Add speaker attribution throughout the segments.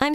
Speaker 1: I'm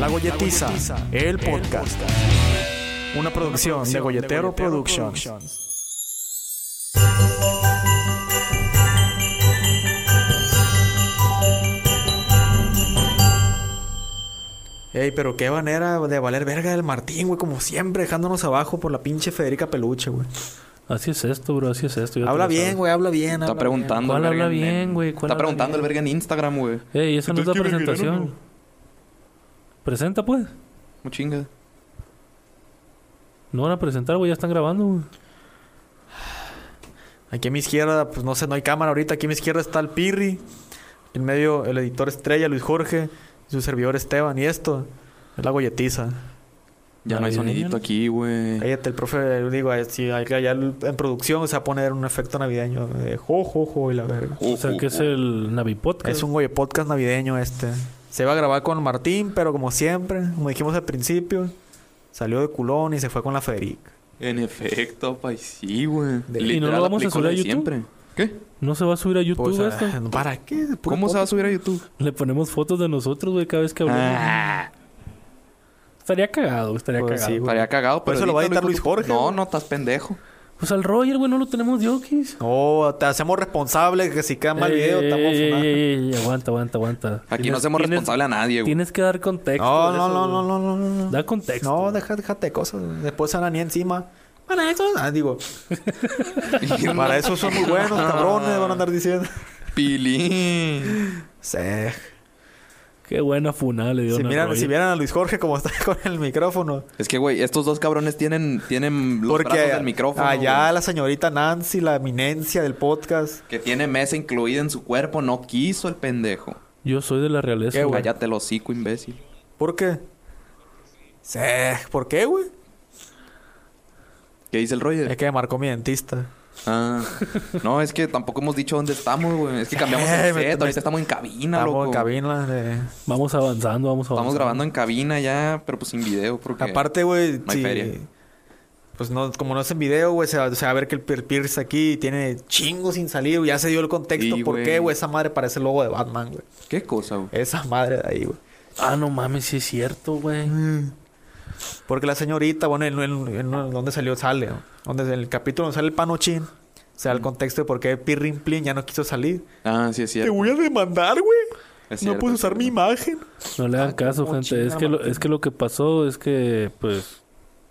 Speaker 2: La Golletiza, el podcast. Una producción, de Golletero, Productions. Ey, pero qué manera de valer verga del Martín, güey. Como siempre, dejándonos abajo por la pinche Federica Peluche, güey.
Speaker 3: Así es esto, bro, así es esto. ya te
Speaker 2: Habla
Speaker 3: lo sabes.
Speaker 2: bien, güey, habla bien.
Speaker 4: Está
Speaker 2: habla bien.
Speaker 4: preguntando.
Speaker 3: ¿Cuál
Speaker 4: el verga
Speaker 3: habla
Speaker 4: en-
Speaker 3: bien, güey? ¿Cuál
Speaker 4: Está
Speaker 3: habla
Speaker 4: preguntando
Speaker 3: bien?
Speaker 4: el verga en Instagram, güey.
Speaker 3: Ey, esa no es la presentación. Presenta, pues.
Speaker 4: Muy chinga.
Speaker 3: No van a presentar, güey, ya están grabando, güey.
Speaker 2: Aquí a mi izquierda, pues no sé, no hay cámara ahorita. Aquí a mi izquierda está el Pirri. En medio, el editor estrella, Luis Jorge. Y su servidor Esteban. Y esto es la golletiza.
Speaker 4: Ya no hay
Speaker 3: Navideño,
Speaker 4: sonidito
Speaker 3: ¿no?
Speaker 4: aquí, güey.
Speaker 2: Ahí está el profe, digo, eh, si hay que allá el- en producción se va a poner un efecto navideño. De jo, jo, jo, y la verga.
Speaker 3: O sea, que es el Navi Podcast.
Speaker 2: Es un goye podcast navideño este. Se iba a grabar con Martín, pero como siempre, como dijimos al principio, salió de culón y se fue con la Federica.
Speaker 4: En efecto, pa, y sí, güey.
Speaker 3: ¿Y no lo vamos a
Speaker 4: aplicó
Speaker 3: subir
Speaker 4: la
Speaker 3: a
Speaker 4: de
Speaker 3: YouTube?
Speaker 4: siempre. ¿Qué?
Speaker 3: ¿No se va a subir a YouTube
Speaker 2: Pues,
Speaker 3: esto?
Speaker 2: ah, ¿Para qué? Puro
Speaker 4: ¿Cómo se va a
Speaker 2: podcast.
Speaker 4: subir a YouTube?
Speaker 3: Le ponemos fotos de nosotros, güey, cada vez que hablamos.
Speaker 4: Ah,
Speaker 3: Estaría cagado, estaría
Speaker 2: Pues,
Speaker 3: cagado.
Speaker 2: sí, güey.
Speaker 4: estaría cagado,
Speaker 2: Por
Speaker 4: pero.
Speaker 2: eso lo va a
Speaker 4: edítalo,
Speaker 2: editar Luis
Speaker 4: hijo de tu-
Speaker 2: Jorge,
Speaker 4: No,
Speaker 2: güey.
Speaker 4: no, estás pendejo.
Speaker 3: Pues al Roger, güey, no lo tenemos yokis.
Speaker 2: No, te hacemos responsable que si queda mal
Speaker 3: Ey,
Speaker 2: video,
Speaker 3: ey,
Speaker 2: estamos
Speaker 3: ey,
Speaker 2: funados.
Speaker 3: ey, ey, aguanta, aguanta, aguanta.
Speaker 4: Aquí
Speaker 3: Tienes-
Speaker 4: no hacemos
Speaker 3: tienes-
Speaker 4: responsable a nadie, güey.
Speaker 3: Tienes que dar contexto.
Speaker 2: No,
Speaker 3: de
Speaker 2: no,
Speaker 3: eso,
Speaker 2: no, no,
Speaker 3: güey.
Speaker 2: no, no, no, no.
Speaker 3: Da contexto.
Speaker 2: No,
Speaker 3: güey.
Speaker 2: deja- déjate de cosas. Después se ni encima. Bueno, eso, ah, digo, para eso son muy buenos, cabrones, van a andar diciendo.
Speaker 4: Pilín.
Speaker 2: Sí.
Speaker 3: Qué buena funada le dio
Speaker 2: Si,
Speaker 3: una
Speaker 2: miran,
Speaker 3: Roger.
Speaker 2: si vieran a Luis Jorge como está con el micrófono.
Speaker 4: Es que, güey, estos dos cabrones tienen, tienen los
Speaker 2: Porque
Speaker 4: brazos del micrófono.
Speaker 2: allá
Speaker 4: güey,
Speaker 2: la señorita Nancy, la eminencia del podcast.
Speaker 4: Que tiene mesa incluida en su cuerpo. No quiso el pendejo.
Speaker 3: Yo soy de la realeza.
Speaker 2: Qué
Speaker 3: güey.
Speaker 4: Cállate el hocico, imbécil.
Speaker 2: ¿Por qué? Sí. ¿Por qué, güey?
Speaker 4: ¿Qué dice el Roger?
Speaker 2: Es que me marcó mi dentista.
Speaker 4: Ah, no, es que tampoco hemos dicho dónde estamos, güey. Es que cambiamos
Speaker 2: Eh,
Speaker 4: el
Speaker 2: me-
Speaker 4: set.
Speaker 2: me-
Speaker 4: Ahorita estamos en cabina,
Speaker 2: Estamos
Speaker 4: loco.
Speaker 2: en cabina. eh. de-
Speaker 3: Vamos avanzando, vamos avanzando.
Speaker 4: Estamos grabando en cabina ya, pero pues sin video. Porque
Speaker 2: Aparte, güey,
Speaker 4: No hay
Speaker 2: sí,
Speaker 4: feria.
Speaker 2: Pues no, como no es en video, güey, se, va- se va a ver que el Pierce está aquí y tiene chingo sin salir. güey. Ya se dio el contexto.
Speaker 4: Sí,
Speaker 2: ¿Por
Speaker 4: güey.
Speaker 2: qué, güey? Esa madre parece el logo de Batman, güey.
Speaker 4: ¿Qué cosa, güey?
Speaker 2: Esa madre de ahí, güey. Mm.
Speaker 3: Ah, no mames, sí es cierto, güey.
Speaker 2: Porque la señorita, bueno, en, en- en donde salió sale, ¿no? donde en el capítulo donde sale el panochín, se da el contexto de por qué Pirrin Plin ya no quiso salir.
Speaker 4: Mm. Ah, sí, es cierto.
Speaker 2: a demandar, güey.
Speaker 4: Es cierto, es cierto.
Speaker 2: imagen.
Speaker 3: No le hagan
Speaker 2: Ah, qué
Speaker 3: caso, gente.
Speaker 2: mochila,
Speaker 3: Es que, lo,
Speaker 2: Martín.
Speaker 3: es que lo que pasó es que, pues...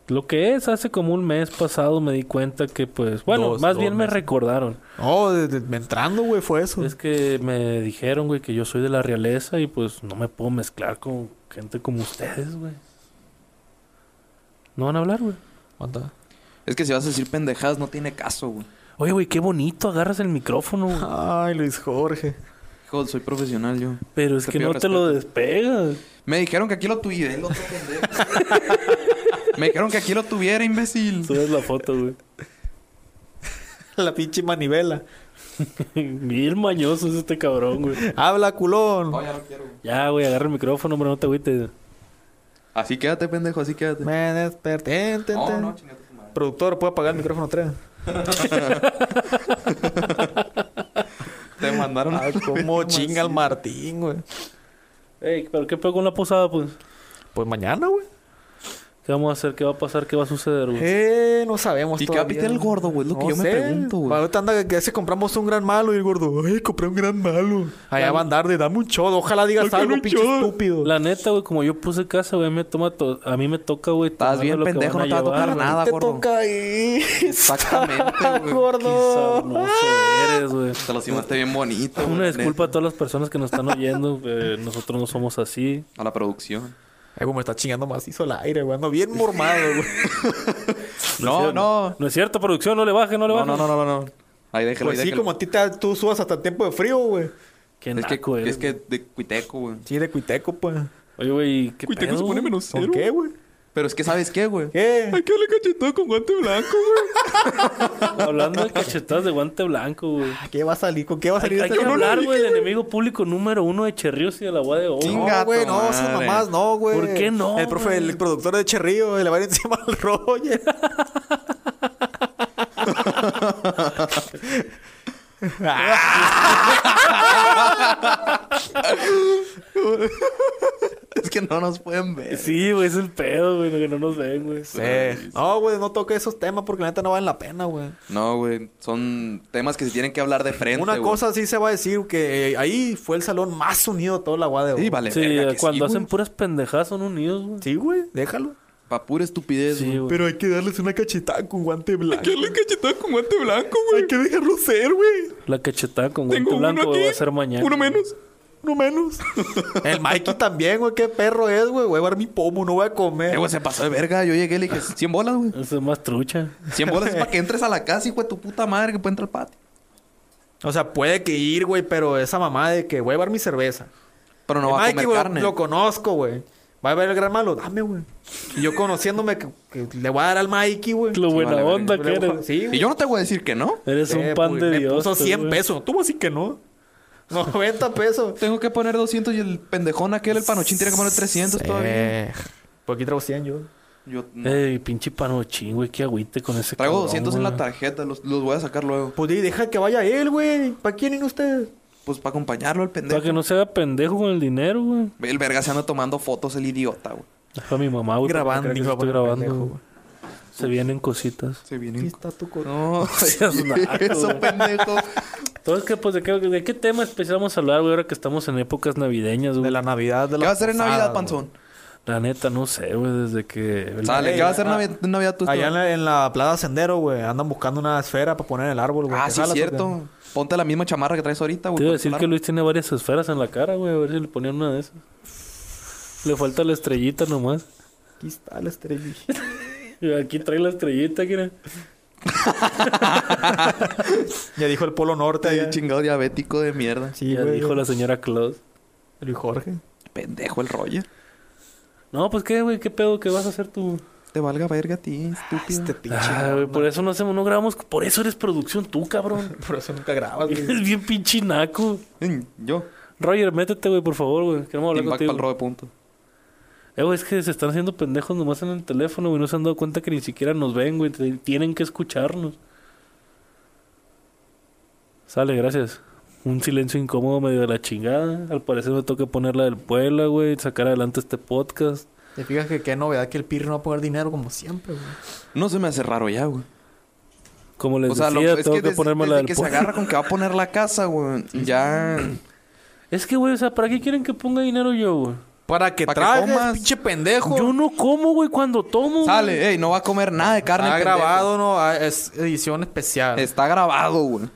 Speaker 3: Lo que es, hace como un mes pasado me di cuenta que, pues... Bueno,
Speaker 2: Dos-
Speaker 3: más
Speaker 2: dos
Speaker 3: bien me
Speaker 2: meses.
Speaker 3: recordaron.
Speaker 2: No, desde- de- entrando, güey, fue eso.
Speaker 3: Es que me dijeron, güey, que yo soy de la realeza y, pues, no me puedo mezclar con gente como ustedes, güey. No van a hablar, güey.
Speaker 2: Aguanta.
Speaker 4: Es que si vas a decir pendejadas, no tiene caso, güey.
Speaker 3: Oye, güey, qué bonito agarras el micrófono, güey.
Speaker 2: Ay, Luis Jorge.
Speaker 4: Hijo, soy profesional yo.
Speaker 3: Pero es
Speaker 4: Te
Speaker 3: que
Speaker 4: pido
Speaker 3: no te lo despegas.
Speaker 4: Me dijeron que aquí lo tuviera el otro pendejo. Me dijeron que aquí lo tuviera, imbécil.
Speaker 3: Subes la foto, güey.
Speaker 2: La pinche manivela.
Speaker 3: Bien mañoso es este cabrón, güey.
Speaker 2: Habla, culón.
Speaker 5: No, ya no quiero. güey.
Speaker 3: Ya, güey, agarra el micrófono, hombre, no te agüites.
Speaker 5: Así quédate, pendejo, así quédate.
Speaker 2: Me desperté. Ten, ten,
Speaker 5: No,
Speaker 2: ten.
Speaker 5: no, chingate tu madre.
Speaker 2: Productor, ¿puedo apagar el micrófono otra vez?
Speaker 5: Te mandaron
Speaker 2: Ah, cómo chinga el Martín, güey.
Speaker 3: Ey, pero ¿qué pego con la posada, pues?
Speaker 2: Pues mañana, güey.
Speaker 3: ¿Qué vamos a hacer? ¿Qué va a pasar? ¿Qué va a suceder, güey?
Speaker 2: Eh, no sabemos
Speaker 5: ¿Y qué va a
Speaker 2: todavía.
Speaker 5: pitar el gordo, güey? Es lo que
Speaker 2: No
Speaker 5: yo me
Speaker 2: sé.
Speaker 5: pregunto, güey.
Speaker 2: Ahorita anda que se compramos un gran malo y el gordo, ay, compré un gran malo. Allá va a andar de dame un chodo, ojalá digas
Speaker 3: Dame
Speaker 2: algo,
Speaker 3: un
Speaker 2: pinche
Speaker 3: shot.
Speaker 2: estúpido.
Speaker 3: La neta, güey, como yo puse casa, güey, me toma to- a mí me toca, güey.
Speaker 5: Estás
Speaker 3: tomar
Speaker 5: bien
Speaker 3: lo que
Speaker 5: pendejo, no
Speaker 3: van
Speaker 5: te va a
Speaker 3: llevar,
Speaker 5: tocar
Speaker 3: güey.
Speaker 5: nada,
Speaker 2: Te
Speaker 5: gordo.
Speaker 2: toca ahí.
Speaker 5: Exactamente, güey.
Speaker 3: Qué sabroso eres, güey.
Speaker 5: Te lo cimaste bien bonito, güey.
Speaker 3: Una disculpa a
Speaker 5: neta.
Speaker 3: todas las personas que nos están oyendo. eh, nosotros no somos así.
Speaker 5: A la producción.
Speaker 2: Ay, güey, me está chingando macizo el aire, güey. Ando bien mormado, güey.
Speaker 3: es
Speaker 5: No,
Speaker 3: cierto.
Speaker 5: no.
Speaker 3: No es cierto, producción. No le baje, no le
Speaker 5: No,
Speaker 3: baje.
Speaker 5: no, no, no, no. Ahí déjelo,
Speaker 2: Pues
Speaker 5: ahí
Speaker 2: sí,
Speaker 5: déjelo.
Speaker 2: como a ti te, tú subas hasta tiempo de frío, güey.
Speaker 3: Qué
Speaker 5: Es
Speaker 3: naco
Speaker 5: que,
Speaker 3: eres,
Speaker 5: es que de cuiteco, güey.
Speaker 2: Sí, de cuiteco, pues.
Speaker 3: Oye, güey, ¿qué pedo? güey?
Speaker 2: ¿Con qué, güey?
Speaker 5: Pero es que, ¿sabes qué, güey?
Speaker 2: ¿Qué?
Speaker 5: que le cachetó con guante blanco, güey.
Speaker 3: Hablando de cachetadas de guante blanco, güey.
Speaker 2: ¿Qué va a salir? ¿Con qué va a
Speaker 3: Hay,
Speaker 2: salir?
Speaker 3: hay
Speaker 2: este
Speaker 3: que
Speaker 2: cabrón?
Speaker 3: hablar, güey, del enemigo público número uno de Cherrios y de la UA de Oro.
Speaker 5: Chinga.
Speaker 2: No, güey,
Speaker 5: Gato,
Speaker 2: no, esas
Speaker 5: madre.
Speaker 2: mamás no, güey.
Speaker 3: ¿Por qué no,
Speaker 2: El profe,
Speaker 3: güey?
Speaker 2: el productor de Cherrillo, le va a ir encima al Roger.
Speaker 5: Es que no nos pueden ver.
Speaker 3: Sí, güey, es el pedo, güey, que no nos ven, güey.
Speaker 2: Sí. No, güey, no toque esos temas porque la neta no valen la pena, güey.
Speaker 5: No, güey. Son temas que se tienen que hablar de frente,
Speaker 2: Una
Speaker 5: güey.
Speaker 2: cosa sí se va a decir que eh, ahí fue el salón más unido de toda la guada de
Speaker 5: Sí,
Speaker 2: oro.
Speaker 5: vale.
Speaker 3: Sí, eh,
Speaker 5: verga que
Speaker 3: cuando
Speaker 5: sí,
Speaker 3: hacen
Speaker 5: güey.
Speaker 3: puras pendejadas son unidos, güey.
Speaker 2: Sí, güey, déjalo.
Speaker 5: Pa' pura estupidez,
Speaker 3: Sí,
Speaker 5: güey.
Speaker 3: güey.
Speaker 2: Pero hay que darles una cachetada con guante blanco.
Speaker 5: cachetó con guante blanco,
Speaker 2: Hay que dejarlo ser, güey.
Speaker 3: La cachetada con guante blanco güey, va a ser mañana.
Speaker 2: No menos. El Mikey tamey, güey, qué perro es, güey. Voy a llevar mi pomo, no voy a
Speaker 5: Eh,
Speaker 2: comer.
Speaker 5: güey, se pasó de verga. Yo llegué y le dije, 100 bolas, güey.
Speaker 3: Eso es más trucha.
Speaker 5: 100 bolas es para que entres a la casa, hijo de tu puta madre, que puede entrar al patio.
Speaker 2: O sea, puede que ir, güey, pero esa mamá de que voy a llevar mi cerveza.
Speaker 5: Pero no
Speaker 2: El
Speaker 5: va a
Speaker 2: Mikey,
Speaker 5: comer
Speaker 2: güey,
Speaker 5: carne.
Speaker 2: Lo conozco, güey. Va a ver el gran malo, dame, güey. Y yo conociéndome que, que le voy a dar al Mikey, güey.
Speaker 3: Lo buena
Speaker 5: vale,
Speaker 3: onda
Speaker 2: Le
Speaker 3: que
Speaker 2: voy a-
Speaker 3: eres.
Speaker 2: Sí,
Speaker 5: Y yo no te voy a decir que no.
Speaker 3: Eres
Speaker 2: Eh,
Speaker 3: un pan
Speaker 2: pues,
Speaker 3: de
Speaker 2: me
Speaker 3: Dios.
Speaker 2: puso
Speaker 3: tú,
Speaker 2: 100
Speaker 3: güey.
Speaker 2: pesos. Tú así que no. 90 pesos.
Speaker 5: Tengo que poner 200 y el pendejón aquel, el panochín, tiene que poner 300 todavía.
Speaker 2: Eh, pues aquí traigo 100 yo.
Speaker 5: Yo no.
Speaker 3: Ey, pinche panochín, güey, qué agüite con ese
Speaker 5: traigo
Speaker 3: cabrón,
Speaker 5: 200 en
Speaker 3: güey.
Speaker 5: la tarjeta, los, los voy a sacar luego.
Speaker 2: Pues di, deja que vaya él, güey. ¿Para quién ir ustedes?
Speaker 5: Pues para acompañarlo al pendejo.
Speaker 3: Para que no se haga pendejo con el dinero, güey.
Speaker 5: El verga se anda tomando fotos el idiota, güey.
Speaker 3: Es para mi mamá, güey.
Speaker 2: Grabando,
Speaker 3: porque cree que
Speaker 2: hijo,
Speaker 3: estoy
Speaker 2: por
Speaker 3: grabando.
Speaker 2: pendejo,
Speaker 3: güey. Se vienen cositas.
Speaker 5: Se viene
Speaker 2: Aquí
Speaker 5: en...
Speaker 2: está tu corazón.
Speaker 5: No,
Speaker 3: seas naco,
Speaker 5: eso,
Speaker 3: güey.
Speaker 5: pendejo.
Speaker 3: Entonces, ¿qué, pues, de, qué, ¿de qué tema especial vamos a hablar, güey, ahora que estamos en épocas navideñas, güey?
Speaker 2: De la
Speaker 3: La...
Speaker 2: Navidad, de la
Speaker 5: ¿Qué va a hacer en
Speaker 2: posada,
Speaker 5: Navidad,
Speaker 2: güey.
Speaker 5: panzón?
Speaker 3: neta, no sé, güey, desde que... el-
Speaker 5: Sale, ¿qué va a hacer
Speaker 2: ah,
Speaker 5: Navi- en Navidad tú?
Speaker 2: Allá en
Speaker 5: Esteban?
Speaker 2: la, en la Plaza Sendero, güey. Andan buscando una esfera para poner en el árbol, güey.
Speaker 5: Ah,
Speaker 2: ¿Te
Speaker 5: sí, es
Speaker 2: jalas o qué?
Speaker 5: cierto. Ponte la misma chamarra que traes ahorita, güey.
Speaker 3: Te iba a
Speaker 5: para
Speaker 3: decir
Speaker 5: hablar.
Speaker 3: que Luis tiene varias esferas en la cara, güey. A ver si le ponían una de esas. Le falta la estrellita nomás.
Speaker 2: Aquí está la estrella.
Speaker 3: Aquí trae la estrellita, mira.
Speaker 2: ya dijo el Polo Norte.
Speaker 5: Ay,
Speaker 2: allá.
Speaker 5: chingado diabético de mierda.
Speaker 2: Sí,
Speaker 3: Ya
Speaker 2: güey.
Speaker 3: dijo la señora Claus.
Speaker 2: Luis Jorge.
Speaker 5: Pendejo el Roger.
Speaker 3: No, pues qué, güey, qué pedo, qué vas a hacer tú.
Speaker 5: Te valga verga a ti, estúpido.
Speaker 2: Este pinche.
Speaker 3: Ah, güey, por eso no hacemos, no grabamos, por eso eres producción tú, cabrón.
Speaker 2: Por eso nunca grabas, güey.
Speaker 3: Eres bien pinche naco.
Speaker 5: Mm, Yo.
Speaker 3: Roger, métete, güey, por favor, güey. Queremos hablar
Speaker 5: Team back
Speaker 3: contigo.
Speaker 5: pa'l robo de punto.
Speaker 3: Eh, güey, es que se están haciendo pendejos nomás en el teléfono, güey. No se han dado cuenta que ni siquiera nos ven, güey. te- Tienen que escucharnos. Sale, gracias. Un silencio incómodo medio de la chingada. Al parecer me toca poner la del Puebla, güey. Sacar adelante este podcast.
Speaker 2: Te fijas que qué novedad que el Pirri no va a poner dinero como siempre, güey.
Speaker 5: No se me hace raro ya, güey.
Speaker 3: Como les
Speaker 5: O sea, lo,
Speaker 3: decía,
Speaker 5: es
Speaker 3: tengo
Speaker 5: que
Speaker 3: que,
Speaker 5: desde,
Speaker 3: ponerme la
Speaker 5: desde
Speaker 3: del
Speaker 5: que se
Speaker 3: Puebla.
Speaker 5: agarra con que va a poner la casa, güey. Ya.
Speaker 3: Es que, güey, o sea, ¿para qué quieren que ponga dinero yo, güey?
Speaker 2: Para que
Speaker 5: Pa' que
Speaker 2: tragues,
Speaker 5: comas.
Speaker 2: pinche pendejo.
Speaker 3: Yo no como, güey, cuando tomo. güey.
Speaker 5: Sale, ey, no va a comer nada de carne.
Speaker 2: Está
Speaker 5: pendejo.
Speaker 2: grabado, no, Ah, es edición especial.
Speaker 5: Está grabado, güey.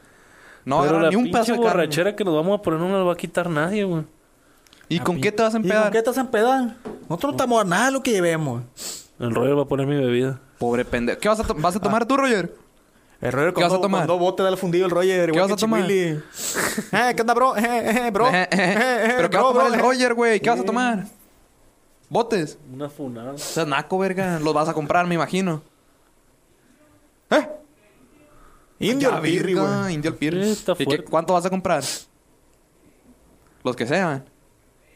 Speaker 5: No va a
Speaker 3: Pero
Speaker 5: agarrar
Speaker 3: la
Speaker 5: ni un
Speaker 3: pinche
Speaker 5: pedazo de carne.
Speaker 3: borrachera que nos vamos a poner no nos la va a quitar nadie, güey.
Speaker 5: ¿Y con qué te vas a
Speaker 2: Ah, ¿Y con
Speaker 5: empedar?
Speaker 2: qué estás en pedal? Nosotros no estamos a nada de lo que llevemos.
Speaker 3: El Roger va a poner mi bebida. Ah.
Speaker 5: Pobre pendejo. ¿Qué vas a, to- vas a tomar tú, Roger?
Speaker 2: El Roger con,
Speaker 5: vas a
Speaker 2: dos-
Speaker 5: tomar?
Speaker 2: con dos botes del fundido el Roger. igual
Speaker 5: vas a
Speaker 2: que
Speaker 5: tomar?
Speaker 2: Chimueli. eh, ¿Qué onda, bro? Eh, eh, bro. Eh, eh, eh,
Speaker 5: ¿Pero qué vas
Speaker 2: bro,
Speaker 5: a tomar
Speaker 2: bro,
Speaker 5: el
Speaker 2: eh.
Speaker 5: Roger, güey? ¿Qué vas a tomar? Botes.
Speaker 3: Una funada.
Speaker 5: O sea, naco, verga. Los vas a comprar, me imagino. ¿Eh?
Speaker 2: Indio
Speaker 5: Ya,
Speaker 2: al birri,
Speaker 5: verga,
Speaker 2: güey.
Speaker 5: Indio al pirri.
Speaker 3: Eh, está
Speaker 5: ¿Y qué-
Speaker 3: fuerte.
Speaker 5: cuánto vas a comprar? Los que sean.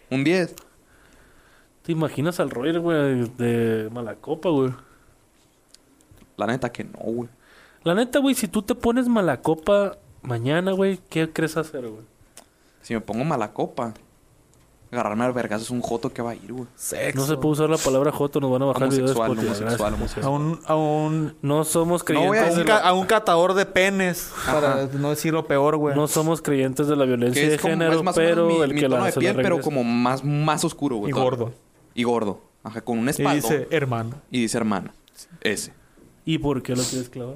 Speaker 5: Un 10.
Speaker 3: ¿Te imaginas al Royer, güey, de Malacopa, güey?
Speaker 5: La neta que no, güey.
Speaker 3: La neta, güey, si tú te pones Malacopa mañana, güey, ¿qué crees hacer, güey?
Speaker 5: Si me pongo mala copa, agarrarme al vergazo es un joto que va a ir, güey.
Speaker 2: Sexo.
Speaker 3: No se puede usar la palabra Joto, nos van a bajar el video de
Speaker 5: Homosexual,
Speaker 3: Spotify.
Speaker 5: homosexual, homosexual.
Speaker 3: Gracias.
Speaker 2: A un, a un,
Speaker 3: No somos
Speaker 2: a
Speaker 3: creyentes.
Speaker 5: voy
Speaker 2: un
Speaker 3: de
Speaker 2: ca-
Speaker 3: la-
Speaker 2: a un catador de penes. Para no decir lo peor, güey.
Speaker 3: no somos creyentes de la violencia
Speaker 5: Que
Speaker 3: de
Speaker 5: es como
Speaker 3: género,
Speaker 5: es más o menos
Speaker 3: pero
Speaker 5: mi-
Speaker 3: el
Speaker 5: mi
Speaker 3: que
Speaker 5: tono
Speaker 3: la
Speaker 5: de
Speaker 3: se
Speaker 5: piel,
Speaker 3: la
Speaker 5: pero
Speaker 3: regresa.
Speaker 5: como más, más oscuro, güey.
Speaker 2: y
Speaker 5: todo.
Speaker 2: gordo.
Speaker 5: Y gordo. Ajá, con un
Speaker 2: Y
Speaker 5: espaldo.
Speaker 2: dice, hermano.
Speaker 5: hermano. Ese.
Speaker 3: ¿Y por qué lo quieres clavar?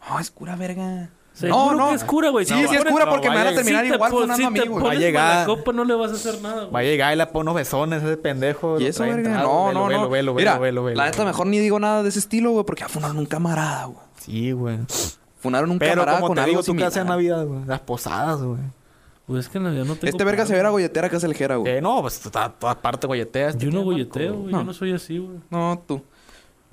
Speaker 5: Ah, es cura verga.
Speaker 3: Seguro que Pues es cura, güey.
Speaker 5: Sí,
Speaker 3: Si
Speaker 5: sí es
Speaker 3: pones-
Speaker 5: cura
Speaker 2: no,
Speaker 5: porque me van a
Speaker 2: vaya,
Speaker 5: terminar
Speaker 3: si te
Speaker 5: igual
Speaker 3: pon-
Speaker 5: funando
Speaker 3: si
Speaker 5: a mí,
Speaker 3: te
Speaker 5: güey.
Speaker 3: pones
Speaker 2: Va a llegar.
Speaker 3: Malacopa no le vas a hacer nada,
Speaker 2: Va a
Speaker 3: güey.
Speaker 2: llegar y le pone unos besones a ese pendejo.
Speaker 5: Y
Speaker 2: lo
Speaker 5: eso,
Speaker 2: trae
Speaker 5: verga.
Speaker 2: entrado,
Speaker 5: No,
Speaker 2: velo,
Speaker 5: no,
Speaker 2: velo,
Speaker 5: no.
Speaker 2: Velo,
Speaker 5: Mira,
Speaker 2: velo, velo, velo.
Speaker 5: la neta mejor ni digo nada de ese estilo, güey, porque ya funaron un camarada, güey.
Speaker 2: Sí, güey.
Speaker 5: Funaron un
Speaker 2: Pero
Speaker 5: camarada
Speaker 2: como
Speaker 5: con
Speaker 2: te
Speaker 5: algo
Speaker 2: digo, tú qué haces en
Speaker 5: similar.
Speaker 2: Navidad, güey. Las posadas, güey.
Speaker 3: Güey, Pues es que en Navidad no tengo...
Speaker 5: Este verga se ve la golletera que hace el jera, güey.
Speaker 2: Eh, no, pues está a todas partes golleteas.
Speaker 3: Yo no golleteo, güey. Yo
Speaker 5: No.
Speaker 3: no soy así, güey.
Speaker 5: No, tú.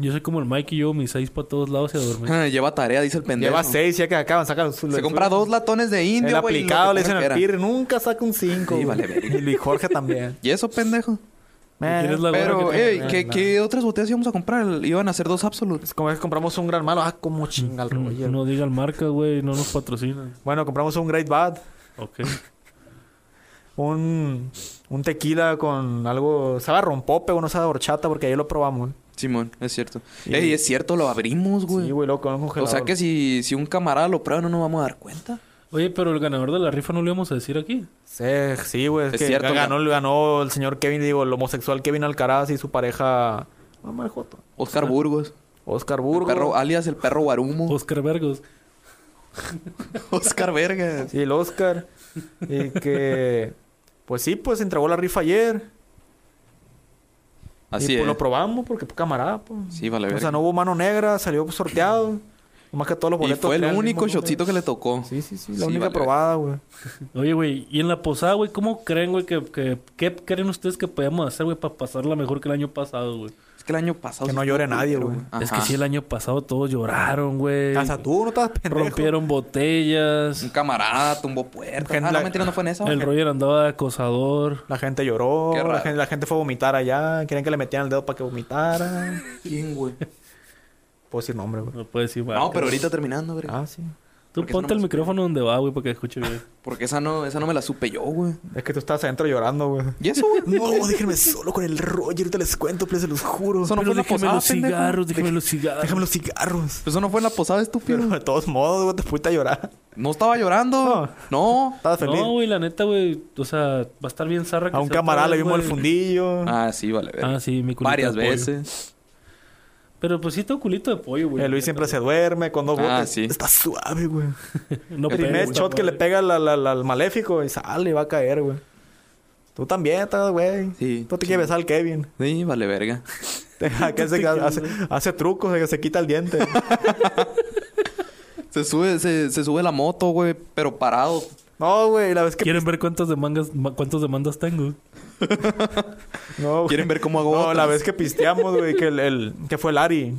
Speaker 3: Yo soy como el Mike y yo, mis seis para todos lados y a dormir.
Speaker 5: Ah, Lleva tarea, dice el pendejo.
Speaker 2: Lleva seis, ya que acaban, saca los
Speaker 5: Se compra dos latones de
Speaker 2: El
Speaker 5: indio, güey. y lo
Speaker 2: aplicado
Speaker 5: que
Speaker 2: le
Speaker 5: tú
Speaker 2: dicen al
Speaker 5: quieras.
Speaker 2: Pirri, nunca saca un cinco.
Speaker 5: Sí,
Speaker 2: güey.
Speaker 5: vale, verga.
Speaker 2: y Luis Jorge también.
Speaker 5: ¿Y eso, pendejo?
Speaker 3: ¿Quieres la gorra
Speaker 5: Pero,
Speaker 3: que te-
Speaker 5: ey, ¿qué, ¿qué otras botellas íbamos a comprar? Iban a ser dos Absolutes.
Speaker 2: Es Pues, como que compramos un gran malo. Ah, como chinga el Roger.
Speaker 3: Mm, No digan marca, güey. No nos patrocinan.
Speaker 2: Bueno, compramos un Great Bad.
Speaker 3: Ok.
Speaker 2: Un, un tequila con algo. Sabe a rompope o no sabe a horchata porque ayer lo probamos.
Speaker 5: Simón, es cierto. Ey, es cierto, lo abrimos, güey.
Speaker 2: Sí, güey, loco, con un
Speaker 5: o
Speaker 2: congelador.
Speaker 5: sea que si, si un camarada lo prueba, no nos vamos a dar cuenta.
Speaker 3: Oye, pero el ganador de la rifa no lo íbamos a decir aquí.
Speaker 2: Sí, sí, güey. Es,
Speaker 5: Es
Speaker 2: que
Speaker 5: cierto,
Speaker 2: ganó, ganó el señor Kevin, digo, el homosexual Kevin Alcaraz y su pareja. Mamá el Joto.
Speaker 5: Oscar Burgos.
Speaker 2: Oscar
Speaker 5: El
Speaker 2: Burgos.
Speaker 5: perro, alias el perro Barumo.
Speaker 3: Oscar Vergos.
Speaker 5: Oscar Vergas.
Speaker 2: Sí, el Oscar. y que. Pues sí, pues entregó la rifa ayer. y
Speaker 5: Así
Speaker 2: pues
Speaker 5: es.
Speaker 2: lo probamos porque pues, camarada, pues.
Speaker 5: Sí, vale,
Speaker 2: O
Speaker 5: verga.
Speaker 2: sea, no hubo mano negra, salió sorteado. Nomás que todos los
Speaker 5: y
Speaker 2: boletos.
Speaker 5: fue el
Speaker 2: tenían
Speaker 5: único
Speaker 2: mismo
Speaker 5: shotcito que le tocó.
Speaker 2: número. Sí, sí, sí. La
Speaker 5: Sí,
Speaker 2: única
Speaker 5: vale,
Speaker 2: probada, güey.
Speaker 3: Oye, güey. Y en la posada, güey, ¿cómo creen, güey, que, que... ¿Qué creen ustedes que podíamos hacer, güey, para pasarla mejor que el año pasado, güey?
Speaker 5: Es que el año pasado.
Speaker 2: Que
Speaker 5: sí
Speaker 2: no
Speaker 5: fue
Speaker 2: llore
Speaker 5: culero,
Speaker 2: nadie, güey.
Speaker 3: Es que
Speaker 5: Ajá.
Speaker 3: sí, el año pasado todos lloraron, güey.
Speaker 2: Hasta tú, no estabas pendejo.
Speaker 3: Rompieron
Speaker 5: Un
Speaker 3: botellas.
Speaker 5: camarada tumbó puertas.
Speaker 2: Gente-
Speaker 5: Ah, no, mentira, no fue en esa.
Speaker 3: El Roger andaba de acosador.
Speaker 2: La gente lloró.
Speaker 5: Qué
Speaker 2: La
Speaker 5: raro.
Speaker 2: gente, la gente fue a vomitar allá. Querían que le metieran el dedo para que vomitara.
Speaker 5: ¿Quién, güey?
Speaker 2: Puedo decir nombre, güey.
Speaker 3: No puedes decir,
Speaker 5: No, pero ahorita terminando, verga.
Speaker 2: Ah, sí.
Speaker 3: Tú
Speaker 5: porque
Speaker 3: ponte
Speaker 5: eso no
Speaker 3: el
Speaker 5: me
Speaker 3: micrófono donde va, güey, para que escuche bien.
Speaker 5: Porque esa no, esa no me la supe yo, güey.
Speaker 2: Es que tú estabas adentro llorando, güey.
Speaker 5: ¿Y eso, güey?
Speaker 2: No, déjenme solo con el Roger. Ahorita les cuento, please, se los juro.
Speaker 5: Eso no
Speaker 3: Pero
Speaker 5: fue en la
Speaker 3: déjeme
Speaker 5: posada,
Speaker 3: los
Speaker 5: pendejo.
Speaker 3: cigarros, déjeme los cigarros.
Speaker 2: Déjame los cigarros.
Speaker 5: Eso no fue en la posada, estúpido.
Speaker 2: Pero de todos modos, güey, te fuiste a llorar.
Speaker 5: No estaba llorando. No.
Speaker 2: Estabas feliz.
Speaker 3: No, güey, la neta, güey. O sea, va a estar bien zarra. que
Speaker 2: a un
Speaker 3: sea
Speaker 2: camarada le
Speaker 3: otra vez,
Speaker 2: vimos el
Speaker 3: güey.
Speaker 2: fundillo.
Speaker 5: Ah, sí, vale. verga.
Speaker 3: Ah, sí, mi culito
Speaker 5: Varias
Speaker 3: de pollo.
Speaker 5: veces.
Speaker 3: Pero pues sí, todo culito de pollo, güey.
Speaker 2: el Eh, Luis siempre se duerme con dos
Speaker 5: Ah,
Speaker 2: botes.
Speaker 5: sí.
Speaker 2: Está suave, güey.
Speaker 3: No
Speaker 2: El primer
Speaker 3: pega,
Speaker 2: shot que le
Speaker 3: güey.
Speaker 2: pega al- al- al al maléfico y sale y va a caer, güey. Tú también estás, güey.
Speaker 5: Sí,
Speaker 2: Tú te quieres besar al Kevin.
Speaker 5: Sí, vale, verga.
Speaker 2: Aquel se- hace, hace trucos, se, se quita el diente.
Speaker 5: Se sube, se, se sube la moto, güey, pero parado.
Speaker 2: No, güey, la vez que...
Speaker 3: ¿Quieren ver cuántas demandas, ma- cuántas demandas tengo?
Speaker 2: No, güey.
Speaker 5: ¿Quieren ver cómo hago
Speaker 2: No,
Speaker 5: botas?
Speaker 2: la vez que pisteamos, güey, que, el, el- que fue Lari.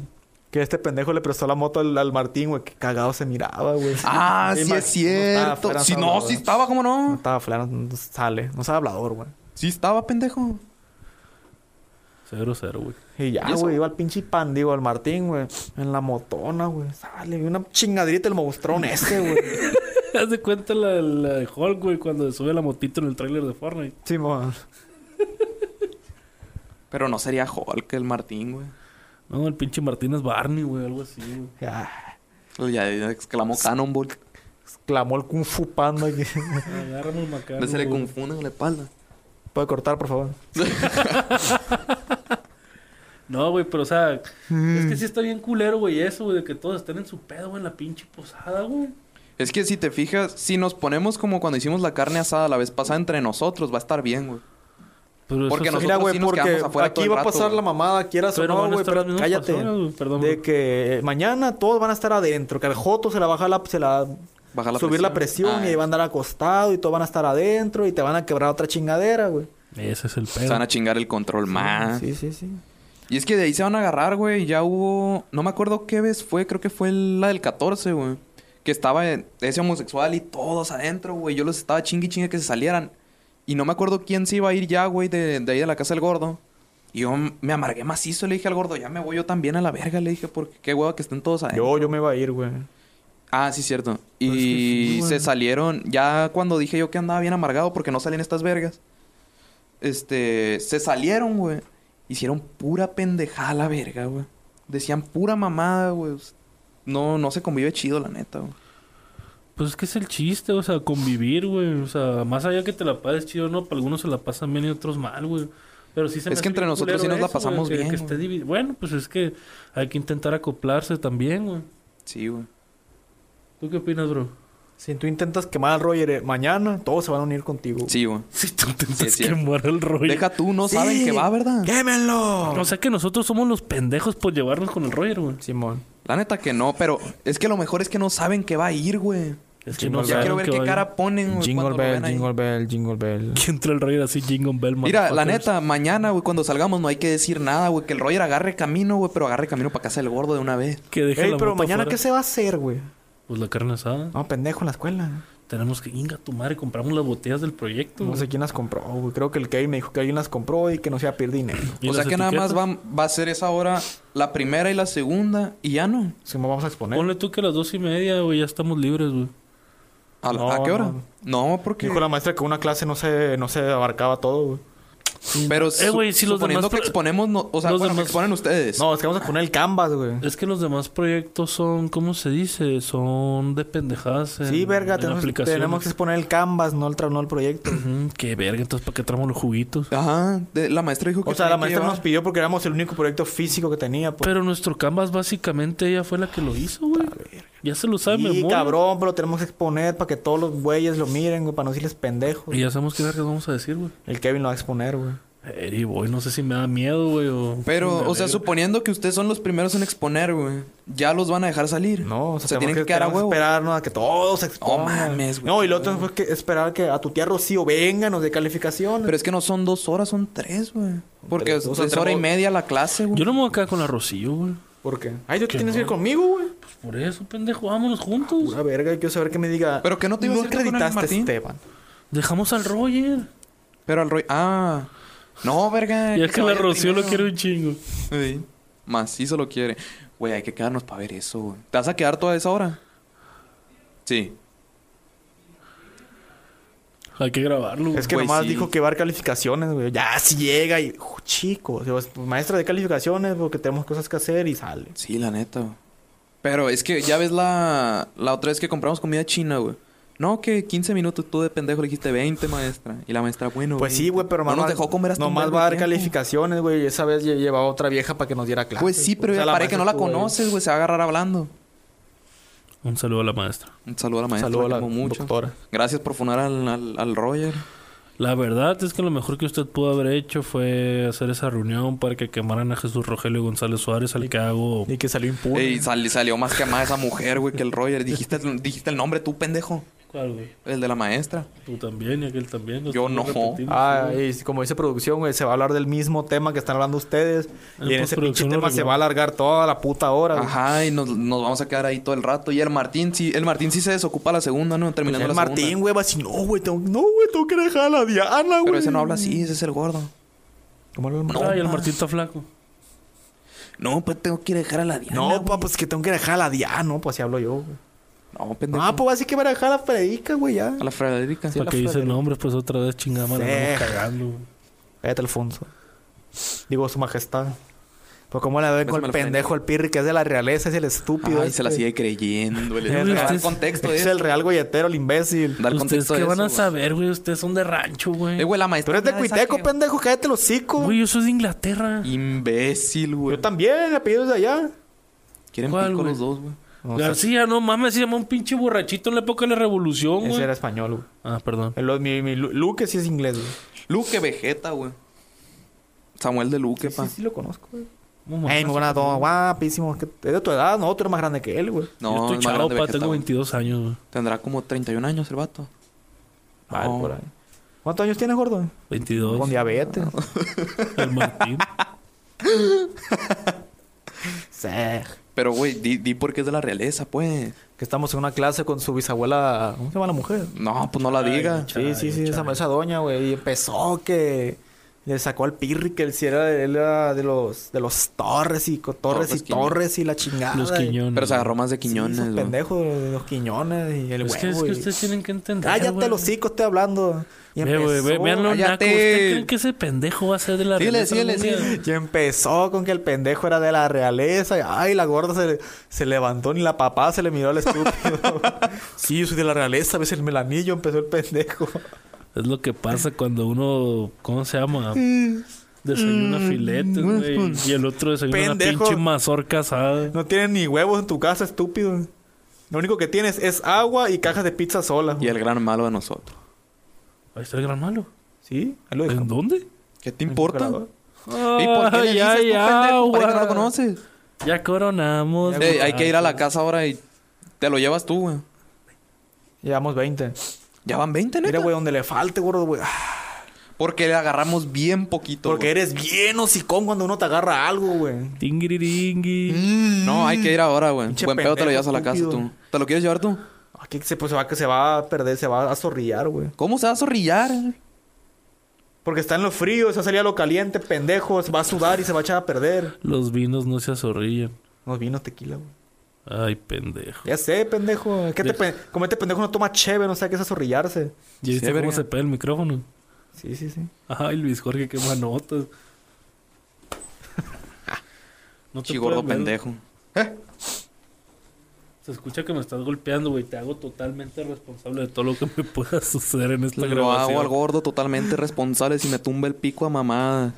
Speaker 2: Que este pendejo le prestó la moto al, al Martín, güey. Que cagado se miraba, güey.
Speaker 5: Ah,
Speaker 2: Y
Speaker 5: sí
Speaker 2: Mar-
Speaker 5: es
Speaker 2: estaba
Speaker 5: cierto.
Speaker 2: fuera,
Speaker 5: Si
Speaker 2: estaba
Speaker 5: no,
Speaker 2: hablador.
Speaker 5: sí estaba, ¿cómo
Speaker 2: No
Speaker 5: no?
Speaker 2: estaba fuera, no sale. No sabe hablador, güey.
Speaker 5: Sí estaba, pendejo.
Speaker 3: Cero, cero, güey.
Speaker 2: Y ya,
Speaker 5: ¿Y eso?
Speaker 2: güey, iba al pinche pan, digo, al Martín, güey. En la motona, güey. Sale, y una chingadrita el monstrón ese, güey.
Speaker 3: Haz de cuenta la, la de Hulk, güey, cuando se sube la motito en el tráiler de Fortnite.
Speaker 2: Simón.
Speaker 5: Pero no sería Hulk el Martín, güey.
Speaker 3: No, el pinche Martínez Barney, güey, algo así, güey.
Speaker 2: Ya.
Speaker 5: Pues Ya exclamó Cannonball.
Speaker 2: Exclamó el Kung Fu Panda. Que...
Speaker 3: Agárrame el macano.
Speaker 5: No se le
Speaker 3: güey.
Speaker 5: confunde en la espalda.
Speaker 2: ¿Puede cortar, por favor?
Speaker 3: No, güey, pero o sea, es
Speaker 5: Mm.
Speaker 3: que sí está bien culero, güey, eso, güey, de que todos están en su pedo, güey, en la pinche posada, güey.
Speaker 5: Es que si te fijas, si nos ponemos como cuando hicimos la carne asada la vez pasada entre nosotros, va a estar bien, güey.
Speaker 3: Pero
Speaker 5: Porque
Speaker 3: eso-
Speaker 5: nosotros
Speaker 2: Mira, güey,
Speaker 5: sí nos
Speaker 2: porque
Speaker 5: quedamos afuera todo
Speaker 2: aquí
Speaker 5: el
Speaker 2: va a
Speaker 5: rato,
Speaker 2: pasar
Speaker 5: güey.
Speaker 2: la mamada, quieras o
Speaker 3: Pero van
Speaker 2: no,
Speaker 3: a
Speaker 2: güey,
Speaker 3: estar
Speaker 2: pero
Speaker 3: las mismas
Speaker 2: cállate.
Speaker 3: personas, güey, perdón,
Speaker 2: de
Speaker 3: bro.
Speaker 2: que mañana todos van a estar adentro, que al Joto se la baja la, se la,
Speaker 5: Baja la
Speaker 2: subir la presión
Speaker 5: Ah,
Speaker 2: y ahí van a andar acostado y todos van a estar adentro y te van a quebrar otra chingadera, güey.
Speaker 3: Ese es el
Speaker 5: Se
Speaker 3: pedo.
Speaker 5: van a chingar el control más.
Speaker 2: Sí, sí, sí.
Speaker 5: Y es que de ahí se van a agarrar, güey. Ya hubo. No me acuerdo qué vez fue, creo que fue la del 14, güey. que estaba en- ese homosexual y todos adentro, güey. Yo los estaba chingui chingue que se salieran. Y no me acuerdo quién se iba a ir ya, güey, de, de ahí de la casa del gordo. Y yo me amargué macizo, le dije al gordo, ya me voy yo también a la verga, le dije, porque qué hueva que estén todos adentro.
Speaker 2: Yo, yo me iba a ir, güey.
Speaker 5: Ah, sí, cierto.
Speaker 2: Pues que
Speaker 5: Y
Speaker 2: sí, güey.
Speaker 5: se salieron, ya cuando dije yo que andaba bien amargado porque no salían estas vergas, este, se salieron, güey. Hicieron pura pendejada la verga, güey. Decían pura mamada, güey. No, no se convive chido, la neta, güey.
Speaker 3: Pues es que es el chiste, o sea, convivir, güey. O sea, más allá que te la pases chido, no, para algunos se la pasan bien y otros mal, güey. Pero sí se me
Speaker 5: Es
Speaker 3: hace
Speaker 5: que entre
Speaker 3: bien
Speaker 5: nosotros
Speaker 3: culero
Speaker 5: sí nos la
Speaker 3: eso, güey,
Speaker 5: pasamos
Speaker 3: que-
Speaker 5: bien,
Speaker 3: que esté
Speaker 5: güey.
Speaker 3: divi- Bueno, pues es que hay que intentar acoplarse también, güey.
Speaker 5: Sí, güey.
Speaker 3: ¿Tú qué opinas, bro?
Speaker 2: Si tú intentas quemar al Roger eh, mañana, todos se van a unir contigo.
Speaker 5: Sí, güey.
Speaker 3: Si tú
Speaker 5: Sí, es
Speaker 3: intentas
Speaker 5: cierto.
Speaker 3: quemar el rollo.
Speaker 5: Deja tú, no
Speaker 2: Sí.
Speaker 5: saben que va, ¿verdad?
Speaker 2: ¡Quémenlo!
Speaker 3: O sea que nosotros somos los pendejos por llevarnos con el Roger, güey.
Speaker 2: Simón.
Speaker 5: La neta que no, pero es que lo mejor es que no saben que va a ir, güey.
Speaker 3: Es
Speaker 2: Jingle
Speaker 3: no
Speaker 2: bell.
Speaker 5: Ya
Speaker 3: saben
Speaker 5: quiero ver
Speaker 3: que
Speaker 5: qué
Speaker 3: va a-
Speaker 5: cara ponen, güey.
Speaker 2: Jingle
Speaker 5: cuando lo
Speaker 2: bell,
Speaker 5: vean ahí.
Speaker 2: jingle bell, jingle bell.
Speaker 3: Que entra el Roger así, Jingle Bell,
Speaker 5: Mira, la
Speaker 3: motherfuckers.
Speaker 5: neta, mañana, güey, cuando salgamos no hay que decir nada, güey. Que el Roger agarre camino, güey, pero agarre camino para casa del gordo de una vez.
Speaker 3: Que deje
Speaker 2: Ey,
Speaker 3: la
Speaker 2: pero
Speaker 3: moto
Speaker 2: mañana,
Speaker 3: afuera.
Speaker 2: ¿qué se va a hacer, güey?
Speaker 3: Pues la carne asada.
Speaker 2: No, pendejo, en la escuela.
Speaker 3: Tenemos que... Inga, tu madre, compramos las botellas del proyecto,
Speaker 2: No
Speaker 3: güey.
Speaker 2: sé quién las compró, güey. Creo que el Kevin me dijo que alguien las compró y que no se iba a perder dinero.
Speaker 3: ¿Y
Speaker 5: O sea
Speaker 3: las
Speaker 5: que nada más
Speaker 3: etiquetas?
Speaker 5: va, va a ser esa hora la primera y la segunda y ya no.
Speaker 2: Si no vamos a exponer.
Speaker 3: Ponle tú que a las dos y media, güey, ya estamos libres, güey.
Speaker 5: ¿A, la-
Speaker 2: No,
Speaker 5: ¿a qué hora? No,
Speaker 2: Que
Speaker 5: porque...
Speaker 2: Dijo la maestra que una clase no se, no se abarcaba todo, güey.
Speaker 5: Pero
Speaker 3: Eh, güey, si los
Speaker 5: suponiendo
Speaker 3: demás
Speaker 5: que
Speaker 3: pro-
Speaker 5: exponemos... no- o sea,
Speaker 3: los
Speaker 5: bueno, que
Speaker 3: demás-
Speaker 5: exponen ustedes.
Speaker 2: No, es que vamos a poner el canvas, güey.
Speaker 3: Es que los demás proyectos son, ¿cómo se dice? Son de pendejadas. en-
Speaker 2: Sí, verga,
Speaker 3: en
Speaker 2: tenemos,
Speaker 3: aplicaciones.
Speaker 2: tenemos que exponer el canvas, no el, tra- no el proyecto.
Speaker 3: Ujú, Qué verga, entonces, ¿para qué traemos los juguitos?
Speaker 5: Ajá, de- la maestra dijo que...
Speaker 2: O sea,
Speaker 5: tenía
Speaker 2: la
Speaker 5: que
Speaker 2: maestra
Speaker 5: llevar.
Speaker 2: nos pidió porque éramos el único proyecto físico que tenía. Pues.
Speaker 3: Pero nuestro canvas, básicamente, ella fue la que lo hizo, güey. Ya se lo sabe, de
Speaker 2: Sí,
Speaker 3: memoria.
Speaker 2: cabrón, pero tenemos que exponer para que todos los güeyes lo miren, güey, para no decirles pendejos.
Speaker 3: Y ya sabemos qué vergas vamos a decir, güey.
Speaker 2: El Kevin lo va a exponer, güey.
Speaker 3: Eri, voy, no sé si me da miedo, güey, o...
Speaker 5: Pero,
Speaker 3: Me
Speaker 5: o sea,
Speaker 3: alegro.
Speaker 5: suponiendo que ustedes son los primeros en exponer, güey. Ya los van a dejar salir.
Speaker 2: No, o sea,
Speaker 5: se
Speaker 2: tenemos
Speaker 5: tienen que quedar a
Speaker 2: tenemos que
Speaker 5: huevo.
Speaker 2: esperarnos a que todos se expongan.
Speaker 5: No mames, güey.
Speaker 2: No, y lo otro fue que esperar que a tu tía Rocío vengan los de calificaciones.
Speaker 5: Pero es que no son dos horas, son tres, güey. Porque
Speaker 2: Tres, o sea,
Speaker 5: es hora y
Speaker 2: tenemos-
Speaker 5: media la clase, güey.
Speaker 3: Yo no me voy a quedar con la Rocío, güey.
Speaker 2: ¿Por qué? Ay, tú tienes que ir conmigo, güey.
Speaker 3: Pues por eso, pendejo, vámonos juntos.
Speaker 2: Pura verga, quiero saber que me diga.
Speaker 5: Pero que no te iba a
Speaker 2: No
Speaker 5: decir que con el
Speaker 2: acreditaste,
Speaker 5: Martín.
Speaker 2: Esteban.
Speaker 3: Dejamos al Roger.
Speaker 5: Pero al Roy... Ah. No, verga.
Speaker 3: Y es que
Speaker 5: se
Speaker 3: la
Speaker 5: vaya
Speaker 3: Rocío lo
Speaker 5: primero.
Speaker 3: quiere un chingo.
Speaker 5: Sí. Macizo lo quiere. Güey, hay que quedarnos para ver eso, güey. ¿Te vas a quedar toda esa hora? Sí.
Speaker 3: Hay que grabarlo, güey.
Speaker 2: Es que
Speaker 5: Güey,
Speaker 2: nomás
Speaker 5: sí.
Speaker 2: dijo que va a dar calificaciones, güey. Ya, si llega y. Ujú, chico, o sea, pues, maestra de calificaciones, porque tenemos cosas que hacer y sale.
Speaker 5: Sí, la neta, güey. Pero es que ya ves la, la otra vez que compramos comida china, güey. No, que 15 minutos tú de pendejo le dijiste 20, maestra. Y la maestra, bueno.
Speaker 2: Pues sí, güey, pero
Speaker 5: no
Speaker 2: nomás-
Speaker 5: nos dejó comer hasta un
Speaker 2: Nomás
Speaker 5: vergo
Speaker 2: va a dar
Speaker 5: tiempo.
Speaker 2: calificaciones, güey. Esa vez lle- llevaba otra vieja para que nos diera clases.
Speaker 5: Pues sí, pero
Speaker 2: O sea,
Speaker 5: ya parece que no la
Speaker 2: maestra estuvo ahí.
Speaker 5: conoces, güey. Se va a agarrar hablando.
Speaker 3: Pues. Un saludo a la maestra.
Speaker 5: Un saludo a la maestra.
Speaker 2: Saludo a
Speaker 5: la
Speaker 2: la
Speaker 5: amo mucho.
Speaker 2: doctora.
Speaker 5: Gracias por funar al, al, al Roger.
Speaker 3: La verdad es que lo mejor que usted pudo haber hecho fue hacer esa reunión para que quemaran a Jesús Rogelio González Suárez, al que hago.
Speaker 2: Y que salió impune.
Speaker 5: Y salió más que más esa mujer, güey, que el Roger. Dijiste, el- dijiste el nombre tú, pendejo.
Speaker 3: ¿Cuál, güey?
Speaker 5: El de la maestra.
Speaker 3: Tú también y aquel también. Nos
Speaker 5: Yo
Speaker 3: estamos
Speaker 5: no.
Speaker 3: repitiendo,
Speaker 2: Ah,
Speaker 3: sí, güey.
Speaker 2: y como dice producción, güey, se va a hablar del mismo tema que están hablando ustedes.
Speaker 3: En
Speaker 2: y en ese pinche
Speaker 3: postproducción lo
Speaker 2: tema se
Speaker 3: arreglamos.
Speaker 2: va a alargar toda la puta hora. güey.
Speaker 5: Ajá, y nos, nos vamos a quedar ahí todo el rato. Y el Martín sí, el Martín sí se desocupa la segunda, ¿no? Terminando
Speaker 2: Pues El
Speaker 5: la
Speaker 2: Martín,
Speaker 5: segunda.
Speaker 2: güey, va así, no, güey, tengo, no, güey, tengo que dejar a la Diana, güey.
Speaker 5: Pero ese no habla así, ese es el gordo.
Speaker 2: ¿Cómo habla el
Speaker 3: Ay,
Speaker 2: Martín?
Speaker 3: el Martín está flaco.
Speaker 5: No, pues tengo que ir a dejar a la Diana.
Speaker 2: No,
Speaker 5: güey.
Speaker 2: pa, pues que tengo que dejar a la Diana, no, pues así hablo yo, güey.
Speaker 5: No, pendejo.
Speaker 2: Ah, pues así que voy a dejar a la Frederica, güey, ya.
Speaker 5: A la Frederica.
Speaker 3: Para
Speaker 2: la
Speaker 3: que dice
Speaker 2: Frederica.
Speaker 3: nombres, pues otra vez chingada, la
Speaker 2: Sí.
Speaker 3: andamos cagando. güey.
Speaker 2: Cállate, Alfonso. Digo, su majestad. Pues cómo la ve con
Speaker 5: Bésame
Speaker 2: el
Speaker 5: la frente.
Speaker 2: pendejo, el pirri, que es de la realeza, es el estúpido.
Speaker 5: Ay, se la
Speaker 2: este.
Speaker 5: sigue creyendo. El,
Speaker 3: Güey,
Speaker 5: dar
Speaker 3: ustedes-
Speaker 5: contexto de
Speaker 2: Es
Speaker 5: eso.
Speaker 2: el real golletero, el imbécil.
Speaker 5: Dar
Speaker 3: ¿Ustedes
Speaker 5: contexto
Speaker 3: qué
Speaker 5: de
Speaker 3: van
Speaker 5: eso,
Speaker 3: a
Speaker 5: güey.
Speaker 3: saber, güey? Ustedes son de rancho, güey.
Speaker 5: Eh, güey, la
Speaker 2: Tú
Speaker 5: maestra.
Speaker 2: eres de
Speaker 5: nada, esa
Speaker 2: Cuiteco,
Speaker 5: que-
Speaker 2: pendejo, cállate los hocico.
Speaker 3: Güey, yo soy de Inglaterra.
Speaker 5: Imbécil, güey.
Speaker 2: Yo también, apellidos de allá.
Speaker 5: Quieren
Speaker 3: ¿Cuál,
Speaker 5: pico
Speaker 3: güey?
Speaker 5: los dos, güey.
Speaker 2: No,
Speaker 3: García, no mames, se llamó un pinche borrachito en la época de la revolución,
Speaker 2: Ese
Speaker 3: güey.
Speaker 2: era español, güey.
Speaker 3: Ah, perdón.
Speaker 2: El- Mi, mi Lu- Luque sí es inglés, güey.
Speaker 5: Luque Vegeta, güey. Samuel de Luque, pa.
Speaker 2: Sí, sí lo conozco, güey.
Speaker 3: No
Speaker 2: Ey, muy
Speaker 3: mames.
Speaker 2: buena don, guapísimo. ¿Qué- Es de tu edad, no, tú eres más grande que él, güey.
Speaker 5: No,
Speaker 3: yo estoy
Speaker 5: es más grande
Speaker 3: charopa,
Speaker 5: Vegeta,
Speaker 3: tengo
Speaker 5: güey.
Speaker 3: 22 años, güey.
Speaker 5: Tendrá como 31 años el vato.
Speaker 2: Vale,
Speaker 5: No.
Speaker 2: por ahí. ¿Cuántos años tienes, gordo?
Speaker 3: 22.
Speaker 2: Con diabetes.
Speaker 3: El Martín.
Speaker 2: Sej.
Speaker 5: Pero, güey, di, di por qué es de la realeza, pues.
Speaker 2: Que estamos en una clase con su bisabuela. ¿Cómo se llama la mujer?
Speaker 5: No, pues no la diga.
Speaker 2: Sí, sí, sí, esa, esa doña, güey. Y empezó que le sacó al Pirri que él sí era, él era de los de los Torres y co- Torres
Speaker 5: Torres
Speaker 2: y Torres y la chingada.
Speaker 3: pues Los
Speaker 2: y-
Speaker 3: quiñones.
Speaker 5: Pero se agarró más de Quiñones,
Speaker 2: Sí, esos
Speaker 5: güey.
Speaker 2: pendejos, los Quiñones y el
Speaker 3: Es que,
Speaker 2: huevo.
Speaker 3: es que
Speaker 2: y-
Speaker 3: ustedes tienen que entender.
Speaker 2: Cállate
Speaker 3: güey.
Speaker 2: los hocico, estoy hablando. Y
Speaker 3: Ve, güey, ve, vean lo
Speaker 5: Cállate.
Speaker 3: naco. ¿Usted cree que ese pendejo va a ser de la
Speaker 5: Síguele,
Speaker 3: realeza
Speaker 5: síguele,
Speaker 3: algún día?
Speaker 5: síguele.
Speaker 2: Y empezó con que el pendejo era de la realeza. y, ay, la gorda se, se levantó, ni la papá se le miró al estúpido. sí, yo soy de la realeza, ves el melanillo, empezó el pendejo.
Speaker 3: Es lo que pasa cuando uno, ¿cómo se llama?
Speaker 5: Mm.
Speaker 3: Desayuna filetes, güey. Y el otro desayuna una
Speaker 2: Pendejo.
Speaker 3: pinche mazorca asada.
Speaker 2: No tienes ni huevos en tu casa, estúpido. Lo único que tienes es agua y cajas de pizza sola.
Speaker 5: Y el gran malo de nosotros.
Speaker 3: Ahí está el gran malo.
Speaker 2: Sí, ahí lo
Speaker 3: ¿En
Speaker 2: dejamos.
Speaker 3: dónde?
Speaker 5: ¿Qué te importa?
Speaker 2: congelador?
Speaker 5: ¿Y por qué le
Speaker 3: Ay,
Speaker 5: dices
Speaker 3: ay,
Speaker 5: tú, pendejo?
Speaker 3: agua.
Speaker 5: Parece que no lo conoces.
Speaker 3: Ya coronamos.
Speaker 5: Ey, hay que ir a la casa ahora y te lo llevas tú, güey.
Speaker 2: Llevamos 20.
Speaker 5: Ya van 20,
Speaker 2: Mira,
Speaker 5: neta.
Speaker 2: güey, donde le falte, gordo, güey. Ah,
Speaker 5: Porque le agarramos bien poquito.
Speaker 2: Porque
Speaker 5: güey.
Speaker 2: eres bien hocicón cuando uno te agarra algo, güey.
Speaker 3: Tingiringui.
Speaker 5: No, hay que ir ahora, güey.
Speaker 2: Pinche
Speaker 5: Buen pedo te lo llevas a la casa
Speaker 2: pendejo,
Speaker 5: tú.
Speaker 2: estúpido.
Speaker 5: ¿Te lo quieres llevar tú?
Speaker 2: Aquí se, pues, se va, que se va a perder, se va a zorrillar, güey.
Speaker 5: ¿Cómo se va a zorrillar?
Speaker 2: Porque está en lo frío, se va a salir a lo caliente, pendejo. Se va a sudar y se va a echar a perder.
Speaker 3: Los vinos no se azorrillan.
Speaker 2: Nos vino tequila, güey.
Speaker 3: Ay, pendejo.
Speaker 2: Ya sé, pendejo. Es que te pen- como este pendejo no toma cheve, no sabe qué es azorrillarse.
Speaker 3: ¿Ya viste
Speaker 5: Sí,
Speaker 3: este cómo
Speaker 5: verga.
Speaker 3: se pega el micrófono?
Speaker 2: Sí, sí, sí.
Speaker 3: Ay, Luis Jorge, qué manotas. No te
Speaker 5: Chigordo
Speaker 3: puedes ver.
Speaker 5: pendejo.
Speaker 3: Se escucha que me estás golpeando, güey. Te hago totalmente responsable de todo lo que me pueda suceder en esta
Speaker 5: Lo
Speaker 3: grabación.
Speaker 5: hago al gordo totalmente responsable si me tumba el pico a mamada.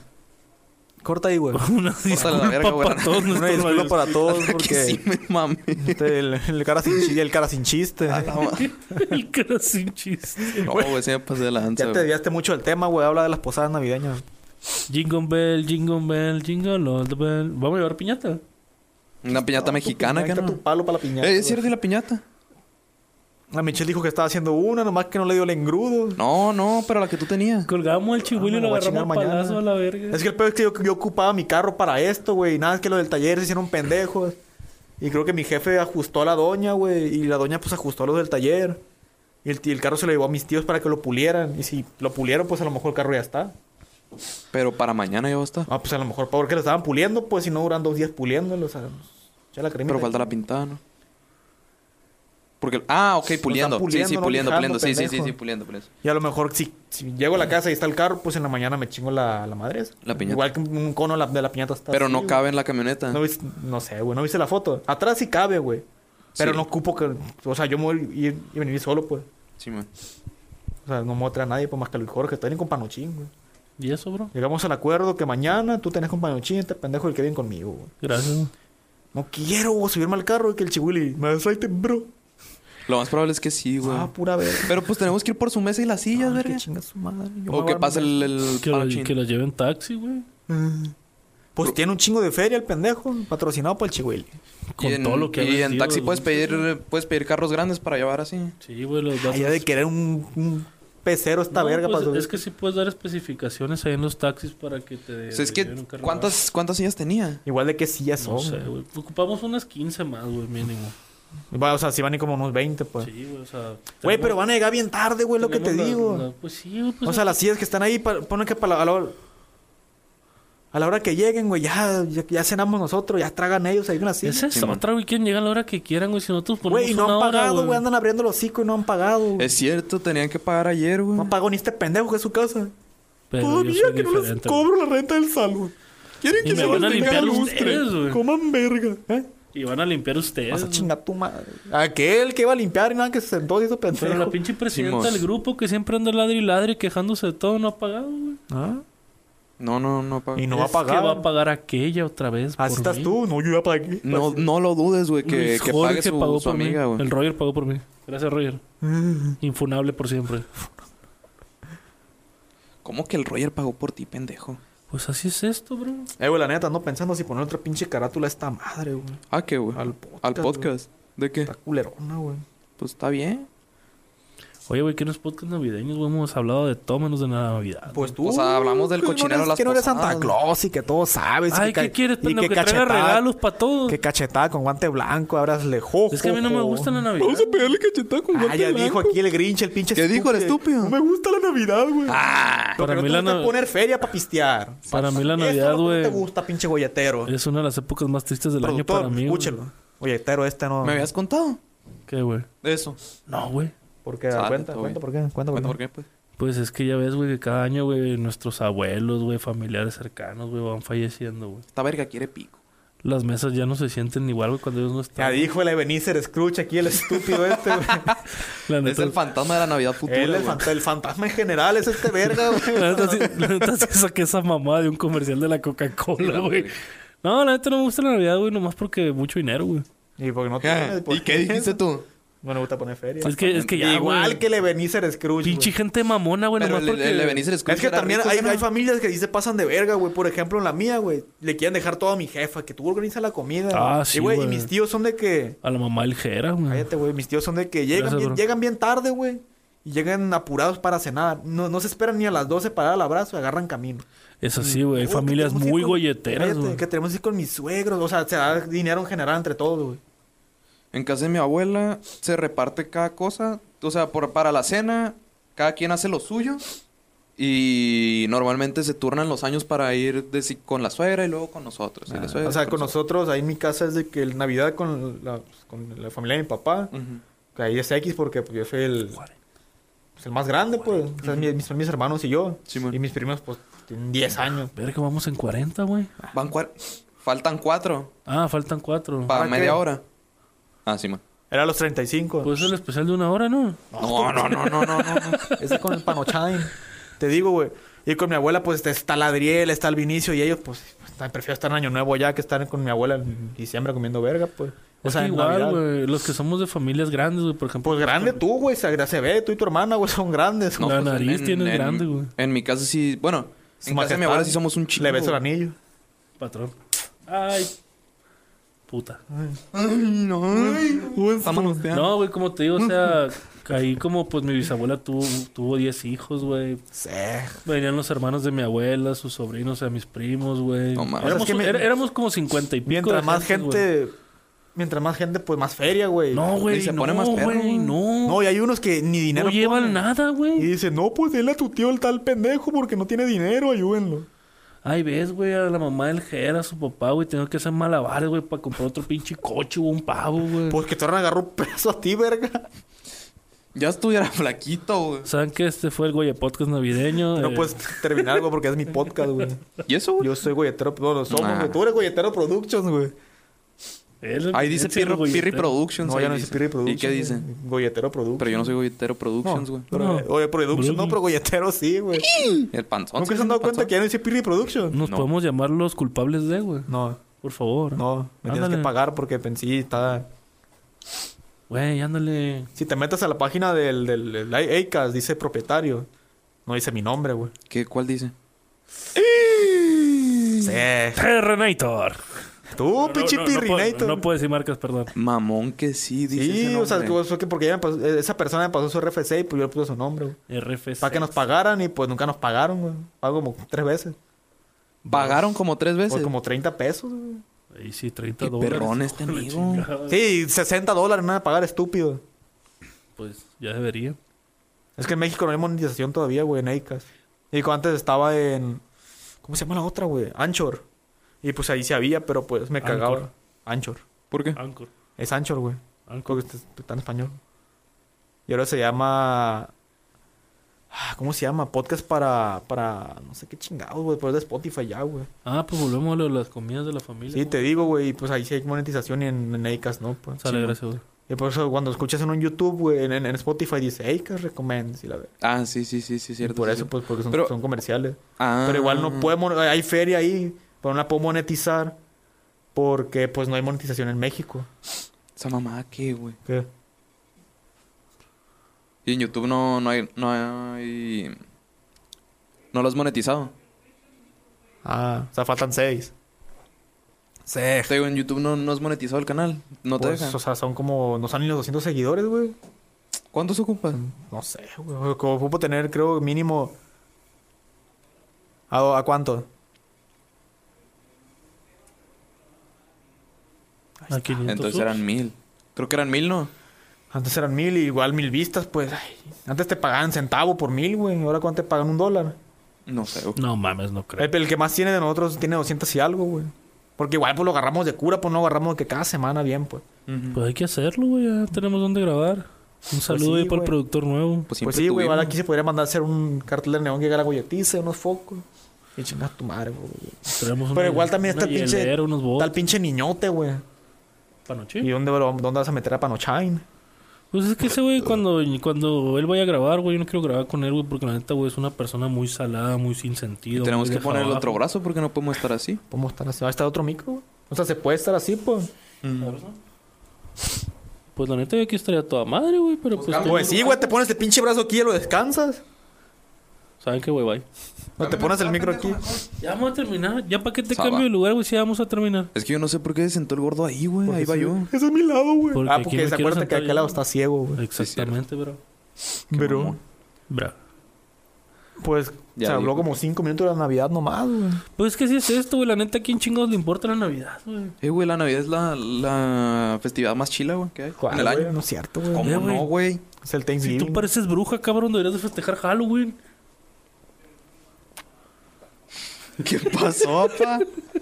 Speaker 2: Corta ahí, güey.
Speaker 3: Una
Speaker 5: Córtale la
Speaker 3: disculpa
Speaker 5: verga, güey.
Speaker 3: para todos
Speaker 2: Una
Speaker 3: nuestros
Speaker 2: disculpa para todos
Speaker 5: Porque
Speaker 2: porque...
Speaker 5: sí me mame. Ah,
Speaker 2: Este, el, el cara sin chiste, el cara sin chiste.
Speaker 3: radioescuchas. El cara sin chiste.
Speaker 5: No, güey, sí me pasé de lanza.
Speaker 2: Ya te
Speaker 5: güey.
Speaker 2: desviaste mucho del tema, güey. Habla de las posadas navideñas.
Speaker 3: Jingle bell, jingle bell, jingle all the bell. ¿Vamos a llevar piñata?
Speaker 5: Una piñata mexicana,
Speaker 2: Ahí
Speaker 5: que
Speaker 2: está
Speaker 5: no.
Speaker 2: tu palo para la piñata.
Speaker 5: Eh,
Speaker 2: güey.
Speaker 5: es cierto, y la piñata.
Speaker 2: La Michelle dijo que estaba haciendo una, nomás que no le dio el engrudo.
Speaker 5: No, no, pero la que tú tenías.
Speaker 3: Colgamos el chihuahua
Speaker 2: Ah,
Speaker 3: y
Speaker 2: me
Speaker 3: lo
Speaker 2: voy a chingar
Speaker 3: agarramos a
Speaker 2: mañana.
Speaker 3: palazo a la verga.
Speaker 2: Es que el peor es que yo, yo ocupaba mi carro para esto, güey. y Nada, es que lo del taller se hicieron pendejos. Y creo que mi jefe ajustó a la doña, güey. Y la doña, pues, ajustó a los del taller. Y el, y el carro se lo llevó a mis tíos para que lo pulieran. Y si lo pulieron, pues, a lo mejor el carro ya está.
Speaker 5: Pero para mañana ya va a estar.
Speaker 2: Ah, pues, a lo mejor, pobre que lo estaban puliendo, pues, si no duran dos días puliéndolo. O sea, ya la cremita.
Speaker 5: Pero falta la pintada, ¿no? Porque... Ah, ok, puliendo. Sí,
Speaker 2: puliendo,
Speaker 5: sí,
Speaker 2: no
Speaker 5: puliendo,
Speaker 2: fijando,
Speaker 5: puliendo. Sí, sí, sí,
Speaker 2: pendejo.
Speaker 5: sí, puliendo, puliendo.
Speaker 2: Y a lo mejor si, si llego a la casa y está el carro, pues en la mañana me chingo la, la madre. esa.
Speaker 5: La piñata.
Speaker 2: Igual que un un cono la- de la piñata está
Speaker 5: Pero
Speaker 2: así,
Speaker 5: no
Speaker 2: güey.
Speaker 5: cabe en la camioneta.
Speaker 2: No, vis- no sé, güey. No viste la foto. Atrás sí cabe, güey. Pero
Speaker 5: Sí.
Speaker 2: no ocupo que... O sea, yo me voy a ir y venir solo, pues.
Speaker 5: Sí, man.
Speaker 2: O sea, no me voy a traer a nadie, pues más que a Luis Jorge. Está bien con Panochín, güey.
Speaker 3: ¿Y eso, bro?
Speaker 2: Llegamos al acuerdo que mañana tú tenés con Panochín este pendejo el que viene conmigo, güey.
Speaker 3: Gracias.
Speaker 2: No quiero güey, subirme al carro y que el chihuili me desaite, bro.
Speaker 5: Lo más probable es que sí, güey.
Speaker 2: Ah, pura verga.
Speaker 5: Pero pues tenemos que ir por su mesa y
Speaker 3: Ah,
Speaker 5: las sillas,
Speaker 2: Ay,
Speaker 5: verga.
Speaker 2: que chinga su madre. Yo me voy
Speaker 5: O
Speaker 2: a
Speaker 5: que
Speaker 2: dar
Speaker 5: pase
Speaker 2: mi-
Speaker 5: el, el
Speaker 3: Que lo,
Speaker 5: panochín.
Speaker 3: que lo lleven taxi, güey.
Speaker 2: Pues tiene un chingo de feria el pendejo, patrocinado por el chihuili.
Speaker 5: Y
Speaker 3: Con
Speaker 5: en,
Speaker 3: todo lo que ha
Speaker 5: y en
Speaker 3: vendido,
Speaker 5: taxi
Speaker 3: güey.
Speaker 5: puedes pedir, puedes pedir carros grandes para llevar así.
Speaker 3: Sí, güey, los
Speaker 2: Allá de querer un, un pecero esta
Speaker 3: No,
Speaker 2: verga
Speaker 3: pues,
Speaker 2: para subir.
Speaker 3: Es que sí puedes dar especificaciones ahí en los taxis para que te.
Speaker 5: O sea, es que
Speaker 3: lleven un carro
Speaker 5: ¿cuántas, ¿cuántas sillas tenía?
Speaker 2: Igual de que sillas
Speaker 3: más. No
Speaker 2: son.
Speaker 3: sé,
Speaker 2: güey.
Speaker 3: güey. Ocupamos unas 15 más, güey, mínimo.
Speaker 2: Va, o sea, si van y como unos 20, pues.
Speaker 3: Sí, güey, o sea.
Speaker 2: Güey,
Speaker 3: tenemos-
Speaker 2: pero van a llegar bien tarde, güey, lo que te
Speaker 3: tenemos la-
Speaker 2: digo.
Speaker 3: la- pues sí, güey, pues.
Speaker 2: o sea, las sillas que están ahí, pa- ponen que pa la- a, la, hora- a la hora que lleguen, güey, ya, ya, ya cenamos nosotros, ya tragan ellos ahí una
Speaker 3: Esa
Speaker 2: silla.
Speaker 3: es otra, güey. Quien llega a la hora que quieran, güey. Si nosotros ponemos
Speaker 2: Güey, y no
Speaker 3: una
Speaker 2: han
Speaker 3: hora,
Speaker 2: pagado, güey, andan abriendo los hocico y no han pagado. güey.
Speaker 5: Es cierto, tenían que pagar ayer, güey.
Speaker 2: No pagó ni este pendejo que es su casa.
Speaker 3: Pero yo
Speaker 2: Todavía
Speaker 3: soy
Speaker 2: que no les
Speaker 3: diferente, güey.
Speaker 2: cobro la renta del salón. Quieren
Speaker 3: Y
Speaker 2: que
Speaker 3: me
Speaker 2: se
Speaker 3: van
Speaker 2: los
Speaker 3: a
Speaker 2: tenga
Speaker 3: limpiar
Speaker 2: lustre.
Speaker 3: ustedes, güey.
Speaker 2: Coman verga, ¿eh?
Speaker 3: Y van a limpiar ustedes.
Speaker 2: Vas a
Speaker 3: güey.
Speaker 2: chingar tu madre. Aquel que iba a limpiar y nada que se sentó y hizo
Speaker 3: Pero la
Speaker 2: pendejo.
Speaker 3: pinche presidenta
Speaker 5: Simón.
Speaker 3: del grupo que siempre anda ladri y ladri quejándose de todo no ha pagado, güey.
Speaker 2: Ah,
Speaker 5: No, no, no pagan.
Speaker 2: Y no va a
Speaker 3: Es que
Speaker 2: pagar.
Speaker 3: va a pagar aquella otra vez.
Speaker 2: Así
Speaker 3: por
Speaker 2: Ah, estás
Speaker 3: mí.
Speaker 2: tú. No, yo ya pagué. Pues,
Speaker 5: No, no lo dudes, güey, que,
Speaker 3: Luis
Speaker 5: que
Speaker 3: Jorge
Speaker 5: pague su,
Speaker 3: pagó
Speaker 5: su
Speaker 3: por mí.
Speaker 5: amiga, güey.
Speaker 3: El Roger pagó por mí. Gracias, Roger. Infunable por siempre.
Speaker 5: ¿Cómo que el Roger pagó por ti, pendejo?
Speaker 3: Pues así es esto, bro.
Speaker 2: Eh, güey, la neta, ando pensando si poner otra pinche carátula a esta madre, güey.
Speaker 5: Ah, ¿qué, güey?
Speaker 3: Pues,
Speaker 5: Pues, Al
Speaker 2: Al podcast, güey.
Speaker 5: podcast. ¿De qué?
Speaker 2: Está culerona, güey.
Speaker 5: Pues está bien.
Speaker 3: Oye, güey, ¿qué los podcasts navideños, güey? Hemos hablado de todo menos de Navidad.
Speaker 2: Pues tú.
Speaker 5: O sea, hablamos del
Speaker 2: que no
Speaker 5: cochinero
Speaker 2: eres-
Speaker 5: de las
Speaker 2: Que no eres
Speaker 5: posadas.
Speaker 2: Santa Claus y que todo sabes.
Speaker 3: Ay,
Speaker 2: y ca-
Speaker 3: ¿qué quieres,
Speaker 2: y
Speaker 3: pendejo?
Speaker 2: que
Speaker 3: Que traiga
Speaker 2: cachetada-
Speaker 3: regalos para todos.
Speaker 2: Que cachetada con guante blanco, abras lejojo.
Speaker 3: Es que a mí no me gusta la Navidad.
Speaker 5: pegarle cachetada con
Speaker 2: Ah, ya dijo aquí el Grinch, el pinche
Speaker 5: ¿Qué dijo el estúpido?
Speaker 2: No me gusta la Navidad, güey. Ah,
Speaker 3: Para
Speaker 2: para mí
Speaker 3: mí
Speaker 2: no te
Speaker 3: la
Speaker 2: gusta
Speaker 3: Nav-
Speaker 2: poner feria para pistear.
Speaker 3: Para mí la
Speaker 2: Eso
Speaker 3: Navidad,
Speaker 2: es lo que
Speaker 3: güey.
Speaker 2: No te gusta, pinche golletero.
Speaker 3: Es una de las épocas más tristes del año para
Speaker 2: Productor,
Speaker 3: mí. güey.
Speaker 2: escúchelo. Golletero este no.
Speaker 5: ¿Me habías contado?
Speaker 3: ¿Qué, güey?
Speaker 5: Eso.
Speaker 3: No, güey.
Speaker 2: ¿Por qué?
Speaker 5: Sale,
Speaker 2: Cuenta,
Speaker 5: tú,
Speaker 2: cuenta,
Speaker 5: güey.
Speaker 2: ¿por qué? Cuenta,
Speaker 5: Bueno,
Speaker 2: ¿por
Speaker 5: ¿por
Speaker 2: qué?
Speaker 5: qué? Pues?
Speaker 3: Pues es que ya ves, güey, que cada año, güey, nuestros abuelos, güey, familiares cercanos, güey, van falleciendo, güey.
Speaker 5: Esta verga quiere pico.
Speaker 3: Las mesas ya no se sienten igual, güey, cuando ellos no
Speaker 2: Ya
Speaker 3: están.
Speaker 2: dijo el Ebenezer Scrooge aquí, el estúpido este, güey.
Speaker 3: La
Speaker 5: Es
Speaker 3: neta,
Speaker 5: el fantasma de la Navidad futura.
Speaker 2: Él, el,
Speaker 5: güey.
Speaker 2: fant- el fantasma en general es este verga, güey.
Speaker 3: la neta sí, la neta sí saqué esa mamada de un comercial de la Coca-Cola, güey. No, la neta no me gusta la Navidad, güey, nomás porque mucho dinero, güey.
Speaker 2: Y porque no
Speaker 5: ¿Qué?
Speaker 2: tiene.
Speaker 5: ¿Y qué dijiste tú?
Speaker 2: No le gusta poner feria.
Speaker 3: Es que, es que ya,
Speaker 2: Igual
Speaker 3: güey.
Speaker 2: que el Ebenezer Scrooge.
Speaker 3: Pinche
Speaker 2: güey.
Speaker 3: gente mamona, güey,
Speaker 5: Pero
Speaker 3: nomás
Speaker 5: el,
Speaker 3: porque...
Speaker 5: el Ebenezer Scrooge
Speaker 2: Es que
Speaker 5: era
Speaker 2: también
Speaker 5: rico,
Speaker 2: hay,
Speaker 5: ¿no?
Speaker 2: hay familias que sí se pasan de verga, güey. Por ejemplo, en la mía, güey. Le quieren dejar todo a mi jefa, que tú organizas la comida.
Speaker 3: Ah,
Speaker 2: güey.
Speaker 3: sí,
Speaker 2: Y, güey, y
Speaker 3: güey.
Speaker 2: mis tíos son de que.
Speaker 3: A la mamá del Jera, güey.
Speaker 2: Cállate, güey. Mis tíos son de que llegan,
Speaker 3: Gracias,
Speaker 2: bien,
Speaker 3: bro.
Speaker 2: llegan bien tarde, güey. Y llegan apurados para cenar. No, no se esperan ni a las 12 para dar el abrazo y agarran camino.
Speaker 3: Es así, güey. Hay
Speaker 2: Oh,
Speaker 3: familias
Speaker 2: que tenemos
Speaker 3: muy
Speaker 2: ir con-
Speaker 3: golleteras,
Speaker 2: Cállate,
Speaker 3: güey.
Speaker 2: Que tenemos que ir con mis suegros. O sea, se da dinero en general entre todos, güey.
Speaker 5: En casa de mi abuela se reparte cada cosa. O sea, por, para la cena, cada quien hace lo suyo. Y normalmente se turnan los años para ir de si- con la suegra y luego con nosotros. y la suegra,
Speaker 2: Ah, O sea, con
Speaker 5: la suegra.
Speaker 2: nosotros, ahí en mi casa es de que el Navidad con la, con la familia de mi papá.
Speaker 5: Ujú.
Speaker 2: que Ahí es X porque pues, yo soy el, pues, el más grande, pues. O sea, mis, mis- son mis hermanos y yo.
Speaker 5: Sí, man.
Speaker 2: y mis primos, pues, tienen 10 años.
Speaker 3: Verga, vamos en 40, güey.
Speaker 5: Van cuar- Faltan cuatro
Speaker 3: Ah, faltan cuatro.
Speaker 5: para
Speaker 2: ¿Para
Speaker 5: media
Speaker 2: qué?
Speaker 5: hora. Ah, sí, ma.
Speaker 2: Era a los 35.
Speaker 3: Pues es el especial de una hora, ¿no?
Speaker 5: No, no, no, no, no, no.
Speaker 2: Ese con el panochain. Te digo, güey. Y con mi abuela, pues, está la Adriel, está el Vinicio. Y ellos, pues, están- prefiero estar en Año Nuevo ya que estar con mi abuela en diciembre comiendo verga, pues. O
Speaker 3: Es
Speaker 2: sea,
Speaker 3: que
Speaker 2: en
Speaker 3: igual,
Speaker 2: Navidad.
Speaker 3: güey. Los que somos de familias grandes, güey, por ejemplo.
Speaker 2: Pues grande tú, güey. Se, se ve, tú y tu hermana, güey, son grandes.
Speaker 3: No,
Speaker 2: güey.
Speaker 3: La nariz tienes grande, güey.
Speaker 5: En mi casa sí. Bueno,
Speaker 2: Su
Speaker 5: en casa de mi
Speaker 2: majestad,
Speaker 5: abuela sí somos un chingo.
Speaker 2: Le beso el
Speaker 5: güey.
Speaker 2: anillo.
Speaker 3: Patrón. Ay. Puta.
Speaker 5: Vámonos, ya.
Speaker 3: No, güey, como te digo, o sea, ahí como pues mi bisabuela tuvo, tuvo 10 hijos, güey.
Speaker 2: Sí.
Speaker 3: Venían los hermanos de mi abuela, sus sobrinos, o sea, mis primos, güey.
Speaker 5: No mames.
Speaker 3: éramos,
Speaker 2: Es que me-
Speaker 3: er- éramos como 50 y pico.
Speaker 2: Mientras
Speaker 3: de
Speaker 2: más
Speaker 3: güey.
Speaker 2: gente, mientras más gente, pues más feria, güey.
Speaker 3: No, güey,
Speaker 5: Y se
Speaker 3: no,
Speaker 5: pone más perro,
Speaker 3: güey,
Speaker 5: güey.
Speaker 3: no. No,
Speaker 2: No, y hay unos que ni dinero.
Speaker 3: llevan
Speaker 2: ponen.
Speaker 3: nada,
Speaker 2: Y
Speaker 3: güey.
Speaker 2: dicen, no, pues dile a tu tío el tal pendejo porque no tiene dinero, ayúdenlo.
Speaker 3: Ay, ves, güey, a la mamá del Jera, a su papá, güey, tengo que hacer malabares, güey, para comprar otro pinche coche o un pavo, güey.
Speaker 2: Pues que te van a agarrar un peso a ti, verga.
Speaker 5: Ya estuviera flaquito, güey.
Speaker 3: ¿Saben que este fue el Goya Podcast navideño?
Speaker 2: No pues,
Speaker 3: Eh,
Speaker 2: puedes terminar, güey, porque es mi podcast, güey.
Speaker 5: ¿Y eso, güey?
Speaker 2: Yo soy golletero, no, no somos,
Speaker 5: Ah.
Speaker 2: güey. Tú eres golletero Productions, güey.
Speaker 3: él-
Speaker 5: Ahí dice
Speaker 3: él sí es
Speaker 5: Pirri,
Speaker 3: goyetero.
Speaker 5: Pirri Productions.
Speaker 2: No,
Speaker 5: ahí
Speaker 2: ya no es
Speaker 5: dice.
Speaker 2: Pirri Productions.
Speaker 5: ¿Y qué
Speaker 2: güey.
Speaker 5: dicen?
Speaker 2: Golletero Productions.
Speaker 5: Pero yo no soy Goyetero Productions, güey.
Speaker 2: Pero,
Speaker 3: No.
Speaker 2: Oye, Productions, no,
Speaker 3: Productions.
Speaker 2: pero golletero sí, güey.
Speaker 5: El panzón.
Speaker 2: ¿Nunca
Speaker 5: sí,
Speaker 2: se han dado
Speaker 5: el
Speaker 2: cuenta
Speaker 5: panzón.
Speaker 2: que ya no dice Pirri Productions?
Speaker 3: Nos
Speaker 5: No.
Speaker 3: podemos llamar los culpables de, güey.
Speaker 2: No,
Speaker 3: Por favor.
Speaker 2: no. Me tienes que
Speaker 3: Ándale.
Speaker 2: pagar porque pensé, está...
Speaker 3: Güey, ándale.
Speaker 2: Si te metes a la página del, del, del Acast, dice propietario. No dice mi nombre, güey.
Speaker 5: ¿Qué? ¿Cuál dice?
Speaker 2: Sí.
Speaker 3: Terrenator.
Speaker 2: Tú, Oh, pinche
Speaker 3: No, no, no puedo-
Speaker 2: pirrinator.
Speaker 3: No, puedo decir marcas, perdón.
Speaker 5: Mamón que sí, dice.
Speaker 2: Sí,
Speaker 5: ese
Speaker 2: o sea,
Speaker 5: nombre.
Speaker 2: que- fue que porque ella me pasó- e-, esa persona me pasó su RFC y pues yo le puse su nombre, güey.
Speaker 3: RFC.
Speaker 2: Para que nos pagaran y pues nunca nos pagaron, güey. Pago como tres veces.
Speaker 5: Pagaron como tres veces.
Speaker 2: Por como 30 pesos, güey.
Speaker 3: Ahí sí, 30
Speaker 5: Qué
Speaker 3: dólares.
Speaker 5: perrón este
Speaker 3: Hijo de la
Speaker 5: amigo.
Speaker 3: chingada.
Speaker 2: Sí, 60 dólares nada de pagar, estúpido.
Speaker 3: Pues ya debería.
Speaker 2: Es que en México no hay monetización todavía, güey, en Acast. Y cuando antes estaba en... ¿Cómo se llama la otra, güey? Anchor. Y pues ahí sí había, pero pues me
Speaker 3: Anchor.
Speaker 2: cagaba. Anchor.
Speaker 5: ¿Por qué?
Speaker 3: Anchor.
Speaker 2: Es Anchor, güey.
Speaker 3: Anchor.
Speaker 2: Creo que está- está en español. Y ahora se llama. Ah, ¿Cómo se llama? Podcast para. para. no sé qué chingados, güey. Pero es de Spotify ya, güey.
Speaker 3: Ah, pues volvemos a lo de las comidas de la familia.
Speaker 2: Sí, te digo, güey. y Pues ahí sí hay monetización y en, en Acast, ¿no? Pues,
Speaker 3: Sale,
Speaker 2: sí,
Speaker 3: gracias, güey.
Speaker 2: Y por eso cuando escuchas en un YouTube, güey, en, en- en Spotify dice Acast recommends y la verdad.
Speaker 5: Ah, sí, sí, sí, sí, cierto.
Speaker 2: Por
Speaker 5: sí,
Speaker 2: eso,
Speaker 5: cierto.
Speaker 2: pues, porque son,
Speaker 5: Pero-
Speaker 2: son comerciales.
Speaker 5: Ah.
Speaker 2: Pero igual no podemos. Hay feria ahí, pero no la puedo monetizar. Porque, pues, no hay monetización en México.
Speaker 5: Esa mamá, ¿qué, güey?
Speaker 2: ¿Qué?
Speaker 5: Y en YouTube no, no hay. No hay. No lo has monetizado.
Speaker 2: Ah, o sea, faltan seis. Seis.
Speaker 5: Te digo, en YouTube no, no has monetizado el canal. No te
Speaker 2: Pues,
Speaker 5: deja.
Speaker 2: O sea, son como. No son ni los 200 seguidores, güey.
Speaker 5: ¿Cuántos ocupas?
Speaker 2: No sé, güey. Como ocupo tener, creo, mínimo. ¿A, do- a cuánto?
Speaker 3: A 500
Speaker 5: Entonces
Speaker 3: subs.
Speaker 5: eran mil. Creo que eran mil, ¿no?
Speaker 2: Antes eran mil, y igual mil vistas, pues. ay, Antes te pagaban centavo por mil, güey. Ahora cuánto te pagan un dólar.
Speaker 5: No sé. güey.
Speaker 3: No mames, no creo.
Speaker 2: El, el que más tiene de nosotros tiene 200 y algo, güey. Porque igual pues lo agarramos de cura, pues no agarramos de que cada semana bien, pues.
Speaker 3: Pues hay que hacerlo, güey. Ya tenemos donde grabar. Un saludo
Speaker 2: Pues sí,
Speaker 3: ahí para el
Speaker 2: güey.
Speaker 3: productor nuevo.
Speaker 5: Pues
Speaker 2: Pues
Speaker 5: siempre
Speaker 2: sí, güey,
Speaker 5: tuvimos.
Speaker 2: ahora aquí se podría mandar a hacer un cartel de neón que haga la golletiza, unos focos. Y chingas tu madre, güey.
Speaker 3: Tenemos una-
Speaker 2: Pero igual también
Speaker 3: una
Speaker 2: está el pinche.
Speaker 3: hielera, unos
Speaker 2: Está el
Speaker 3: bots.
Speaker 2: pinche niñote, güey. ¿Y dónde, lo- dónde vas a meter a Panochain?
Speaker 3: Pues es que ese güey, cuando, cuando él vaya a grabar, güey, yo no quiero grabar con él, güey, porque la neta, güey, es una persona muy salada, muy sin sentido.
Speaker 5: Tenemos
Speaker 3: muy
Speaker 5: que
Speaker 3: de
Speaker 5: poner el
Speaker 3: abajo.
Speaker 5: otro brazo porque no podemos estar así.
Speaker 2: ¿Cómo estar así? ¿Va a estar otro micro, güey? O sea, se puede estar así, pues.
Speaker 3: Mm. Pues la neta, yo aquí estaría toda madre, güey, pero pues.
Speaker 2: Pues sí, güey, te pones el pinche brazo aquí y lo descansas.
Speaker 3: ¿Saben qué, güey? Bye.
Speaker 2: O te pones el micro aquí.
Speaker 3: Ya vamos a terminar. ¿Ya para qué te
Speaker 5: Saba.
Speaker 3: cambio de lugar, güey? Si ya vamos a terminar.
Speaker 5: Es que yo no sé por qué se sentó el gordo ahí, güey. Ahí va yo.
Speaker 2: Ese es mi lado, güey.
Speaker 3: Porque
Speaker 2: ah,
Speaker 3: aquí
Speaker 2: porque
Speaker 3: me
Speaker 2: se
Speaker 3: quiero
Speaker 2: acuerda que
Speaker 3: sentar
Speaker 2: de
Speaker 3: yo.
Speaker 2: aquel lado está ciego, güey.
Speaker 3: Exactamente, bro.
Speaker 2: Pero,
Speaker 5: mamón.
Speaker 3: Bra.
Speaker 2: pues,
Speaker 5: Ya
Speaker 2: se habló
Speaker 5: dijo.
Speaker 2: como cinco minutos de la Navidad nomás, güey.
Speaker 3: Pues es que si es esto, güey, la neta, ¿a quién chingados le importa la Navidad, güey?
Speaker 5: Eh, güey, la Navidad es la, la festividad más chila, güey, que hay en el
Speaker 2: ¿Cuál, güey?
Speaker 5: año.
Speaker 2: No es cierto, güey.
Speaker 5: ¿Cómo
Speaker 3: Eh, güey.
Speaker 5: no, güey?
Speaker 2: Es el
Speaker 3: Si
Speaker 2: Thanksgiving.
Speaker 3: tú pareces bruja, cabrón, deberías de festejar Halloween.
Speaker 5: ¿Qué pasó, pa?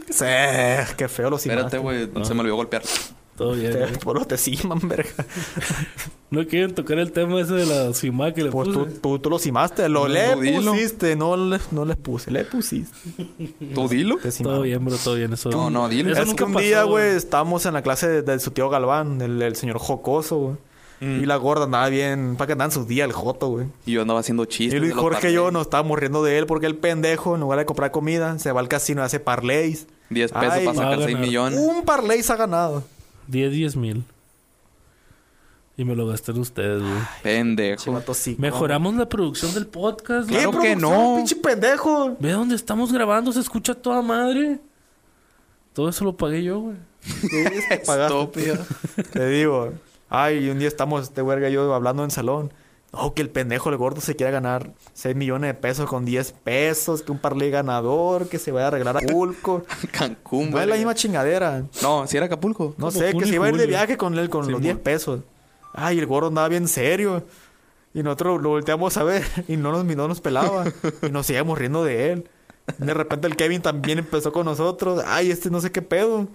Speaker 2: Sí, qué feo los
Speaker 5: Espérate,
Speaker 2: imanes.
Speaker 5: güey. Se me olvidó golpear.
Speaker 3: Todo bien.
Speaker 2: Te-
Speaker 3: güey.
Speaker 2: Por lo te ciman, verga.
Speaker 3: No quieren tocar el tema ese de la cima que le
Speaker 2: Pues tú,
Speaker 3: puse.
Speaker 2: tú, tú lo cimaste, lo le
Speaker 5: Lo dilo.
Speaker 2: pusiste, no le, no le puse, le pusiste.
Speaker 5: ¿Tú dilo?
Speaker 2: Te
Speaker 3: Todo
Speaker 2: cimaron.
Speaker 3: bien, bro, todo bien. Eso,
Speaker 5: No, no, dile.
Speaker 3: eso
Speaker 2: Es que
Speaker 3: nunca
Speaker 2: un
Speaker 3: pasó,
Speaker 2: día, güey, estábamos en la clase de, de su tío Galván, el, el señor Jocoso, güey.
Speaker 5: Mm.
Speaker 2: Y la gorda andaba bien, para que andaban sus días el Joto, güey.
Speaker 5: Y yo andaba haciendo
Speaker 2: Y
Speaker 5: chistes.
Speaker 2: Luis
Speaker 5: de los
Speaker 2: Jorge y yo
Speaker 5: parleys.
Speaker 2: nos estábamos riendo de él porque el pendejo, en lugar de comprar comida, se va al casino y hace parlays.
Speaker 5: 10 pesos
Speaker 2: Ay,
Speaker 5: para
Speaker 3: va a
Speaker 5: sacar 6
Speaker 3: ganar.
Speaker 5: millones.
Speaker 2: Un parlay se ha ganado.
Speaker 3: 10, 10 mil. Y me lo gastan ustedes, güey.
Speaker 5: Pendejo.
Speaker 2: Chivato, sí.
Speaker 3: Mejoramos la producción del podcast,
Speaker 2: ¿Qué
Speaker 5: Claro
Speaker 3: güey.
Speaker 5: que
Speaker 2: producción,
Speaker 5: no.
Speaker 2: pinche pendejo?
Speaker 3: Ve dónde estamos grabando, se escucha toda madre. Todo eso lo pagué yo, güey.
Speaker 5: Estúpido.
Speaker 2: Te digo, ay, y un día estamos este verga y yo hablando en salón. No, que el pendejo, el gordo, se quiera ganar 6 millones de pesos con 10 pesos, que un parlay ganador, que se vaya a arreglar a Culco.
Speaker 5: Cancún,
Speaker 2: No es la misma
Speaker 5: güey.
Speaker 2: chingadera.
Speaker 5: No, si era Acapulco.
Speaker 2: No
Speaker 3: Como
Speaker 2: sé, que
Speaker 3: junio
Speaker 2: se
Speaker 3: y
Speaker 2: iba a ir de
Speaker 3: julio.
Speaker 2: viaje con él con los 10 pesos. Ay, el gordo andaba bien serio. Y nosotros lo volteamos a ver y no nos, no nos pelaba. y nos seguíamos riendo de él. De repente el Kevin también empezó con nosotros. Ay, este no sé qué pedo.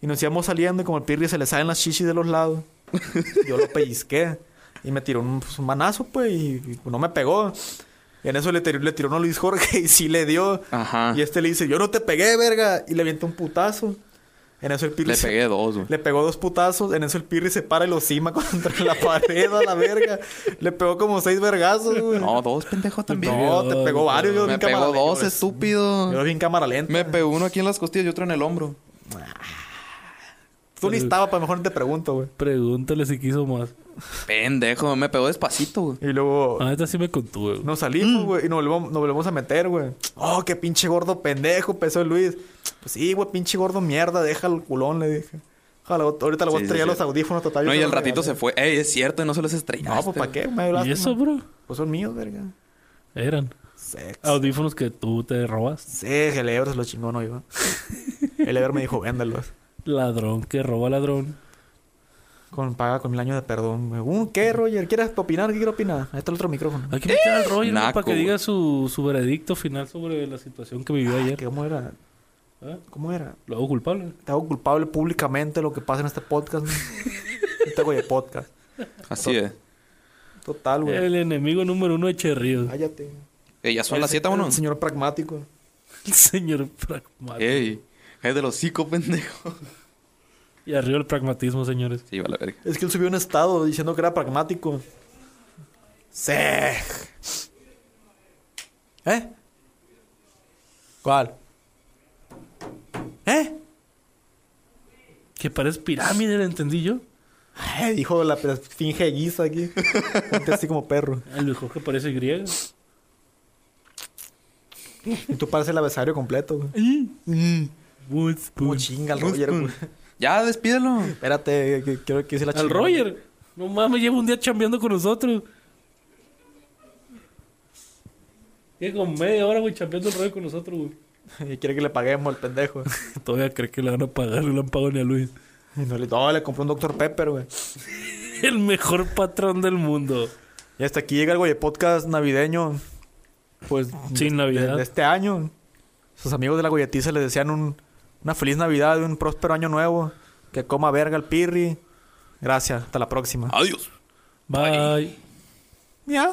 Speaker 2: Y nos íbamos saliendo y como el pirri se le salen las chichis de los lados. Yo lo pellizqué. Y me tiró un, pues, un manazo, pues, y, y no me pegó. Y en eso le tiró, le tiró uno a Luis Jorge y sí le dio.
Speaker 5: Ajá.
Speaker 2: Y este le dice, yo no te pegué, verga. Y le avienta un putazo. En eso el pirri
Speaker 5: Le
Speaker 2: se-
Speaker 5: pegué dos, güey.
Speaker 2: le pegó dos putazos, en eso el Pirri se para y lo cima contra la pared a la verga. Le pegó como seis vergazos, güey. No,
Speaker 5: No, dos, pendejo, también.
Speaker 2: te pegó varios. Yo
Speaker 5: Me
Speaker 2: bien
Speaker 5: pegó
Speaker 2: cámara lenta,
Speaker 5: dos,
Speaker 2: güey. Yo
Speaker 5: estúpido.
Speaker 2: vi en cámara lenta.
Speaker 5: Me pegó uno aquí en las costillas y otro en el hombro.
Speaker 2: Tú ni estaba, para mejor no te pregunto, güey.
Speaker 3: Pregúntale si quiso más.
Speaker 5: Pendejo, me pegó despacito, güey.
Speaker 2: Y luego
Speaker 3: La neta sí me contuve, güey.
Speaker 2: nos
Speaker 3: Mm.
Speaker 2: salimos, güey, y nos volvemos, nos volvemos a meter, güey. Oh, qué pinche gordo pendejo, empezó Luis. Pues sí, güey, pinche gordo mierda, deja el culón, le dije. Ojalá, ahorita le voy a
Speaker 5: Sí, sí,
Speaker 2: estrellar
Speaker 5: sí.
Speaker 2: los audífonos total. yo
Speaker 5: No,
Speaker 2: te
Speaker 5: y
Speaker 2: los
Speaker 5: al ratito se
Speaker 2: regalé.
Speaker 5: fue. Ey, es cierto, y no se los
Speaker 2: No,
Speaker 5: estrellaste.
Speaker 2: pues ¿para qué? Me
Speaker 3: ¿Y
Speaker 2: hablaste,
Speaker 3: eso,
Speaker 2: güey.
Speaker 3: bro?
Speaker 2: Pues son míos, verga.
Speaker 3: Eran
Speaker 2: Sex.
Speaker 3: audífonos que tú te robas.
Speaker 2: Sí, el Ever se lo chingó, no yo. El Ever me dijo, véndelos.
Speaker 3: Ladrón que roba ladrón.
Speaker 2: Con, paga con mil años de perdón. güey. ¿Un qué, Roger? ¿Quieres opinar? ¿Qué quieres opinar? Ahí está el otro micrófono.
Speaker 3: Hay que meter al Roger Eh, güey,
Speaker 5: Naco,
Speaker 3: para que
Speaker 5: güey.
Speaker 3: diga su, su veredicto final sobre la situación que vivió
Speaker 2: Ay,
Speaker 3: ayer.
Speaker 2: Ah, ¿Cómo era?
Speaker 3: ¿Eh?
Speaker 2: ¿Cómo era?
Speaker 3: Lo hago culpable.
Speaker 2: Te hago culpable públicamente de lo que pasa en este podcast. ¿no? este güey de podcast.
Speaker 5: Así es.
Speaker 2: Total, güey.
Speaker 3: El enemigo número uno de Cherrío.
Speaker 2: Cállate.
Speaker 5: Ey, ya son las
Speaker 2: El-
Speaker 5: 7 o no?
Speaker 2: el Señor pragmático.
Speaker 3: El señor pragmático.
Speaker 5: Ey, es de los cinco, pendejo.
Speaker 3: Y arriba el pragmatismo, señores.
Speaker 5: Sí, va la verga.
Speaker 2: Es que él subió un estado diciendo que era pragmático. Sí. ¿Eh? ¿Cuál? ¿Eh?
Speaker 3: Que parece pirámide, ¿le entendí yo?
Speaker 2: Eh, Dijo la la esfinge de guisa aquí. Ponte así como perro.
Speaker 3: El mejor que parece griego.
Speaker 2: Y tú pareces el avesario completo, güey.
Speaker 3: Woods,
Speaker 2: Como chinga el Roger, güey.
Speaker 5: Ya, despídelo.
Speaker 2: Espérate, que- quiero que hice la
Speaker 3: Al Roger. No mames, lleva un día chambeando con nosotros. Tiene como media hora, güey, chambeando el rollo con nosotros, güey.
Speaker 2: Y quiere que le paguemos el pendejo.
Speaker 3: Todavía cree que le van a pagar, no le han pagado ni a Luis.
Speaker 2: Y no le, no, le compró un Dr. Pepper, güey.
Speaker 3: El mejor patrón del mundo.
Speaker 2: Y hasta aquí llega el güey podcast navideño. Pues
Speaker 3: Sin
Speaker 2: de,
Speaker 3: Navidad.
Speaker 2: de este año. Sus amigos de la golletiza les desean un- una feliz Navidad, un próspero año nuevo. Que coma verga el pirri. Gracias, hasta la próxima.
Speaker 5: Adiós.
Speaker 3: Bye.
Speaker 2: Ya.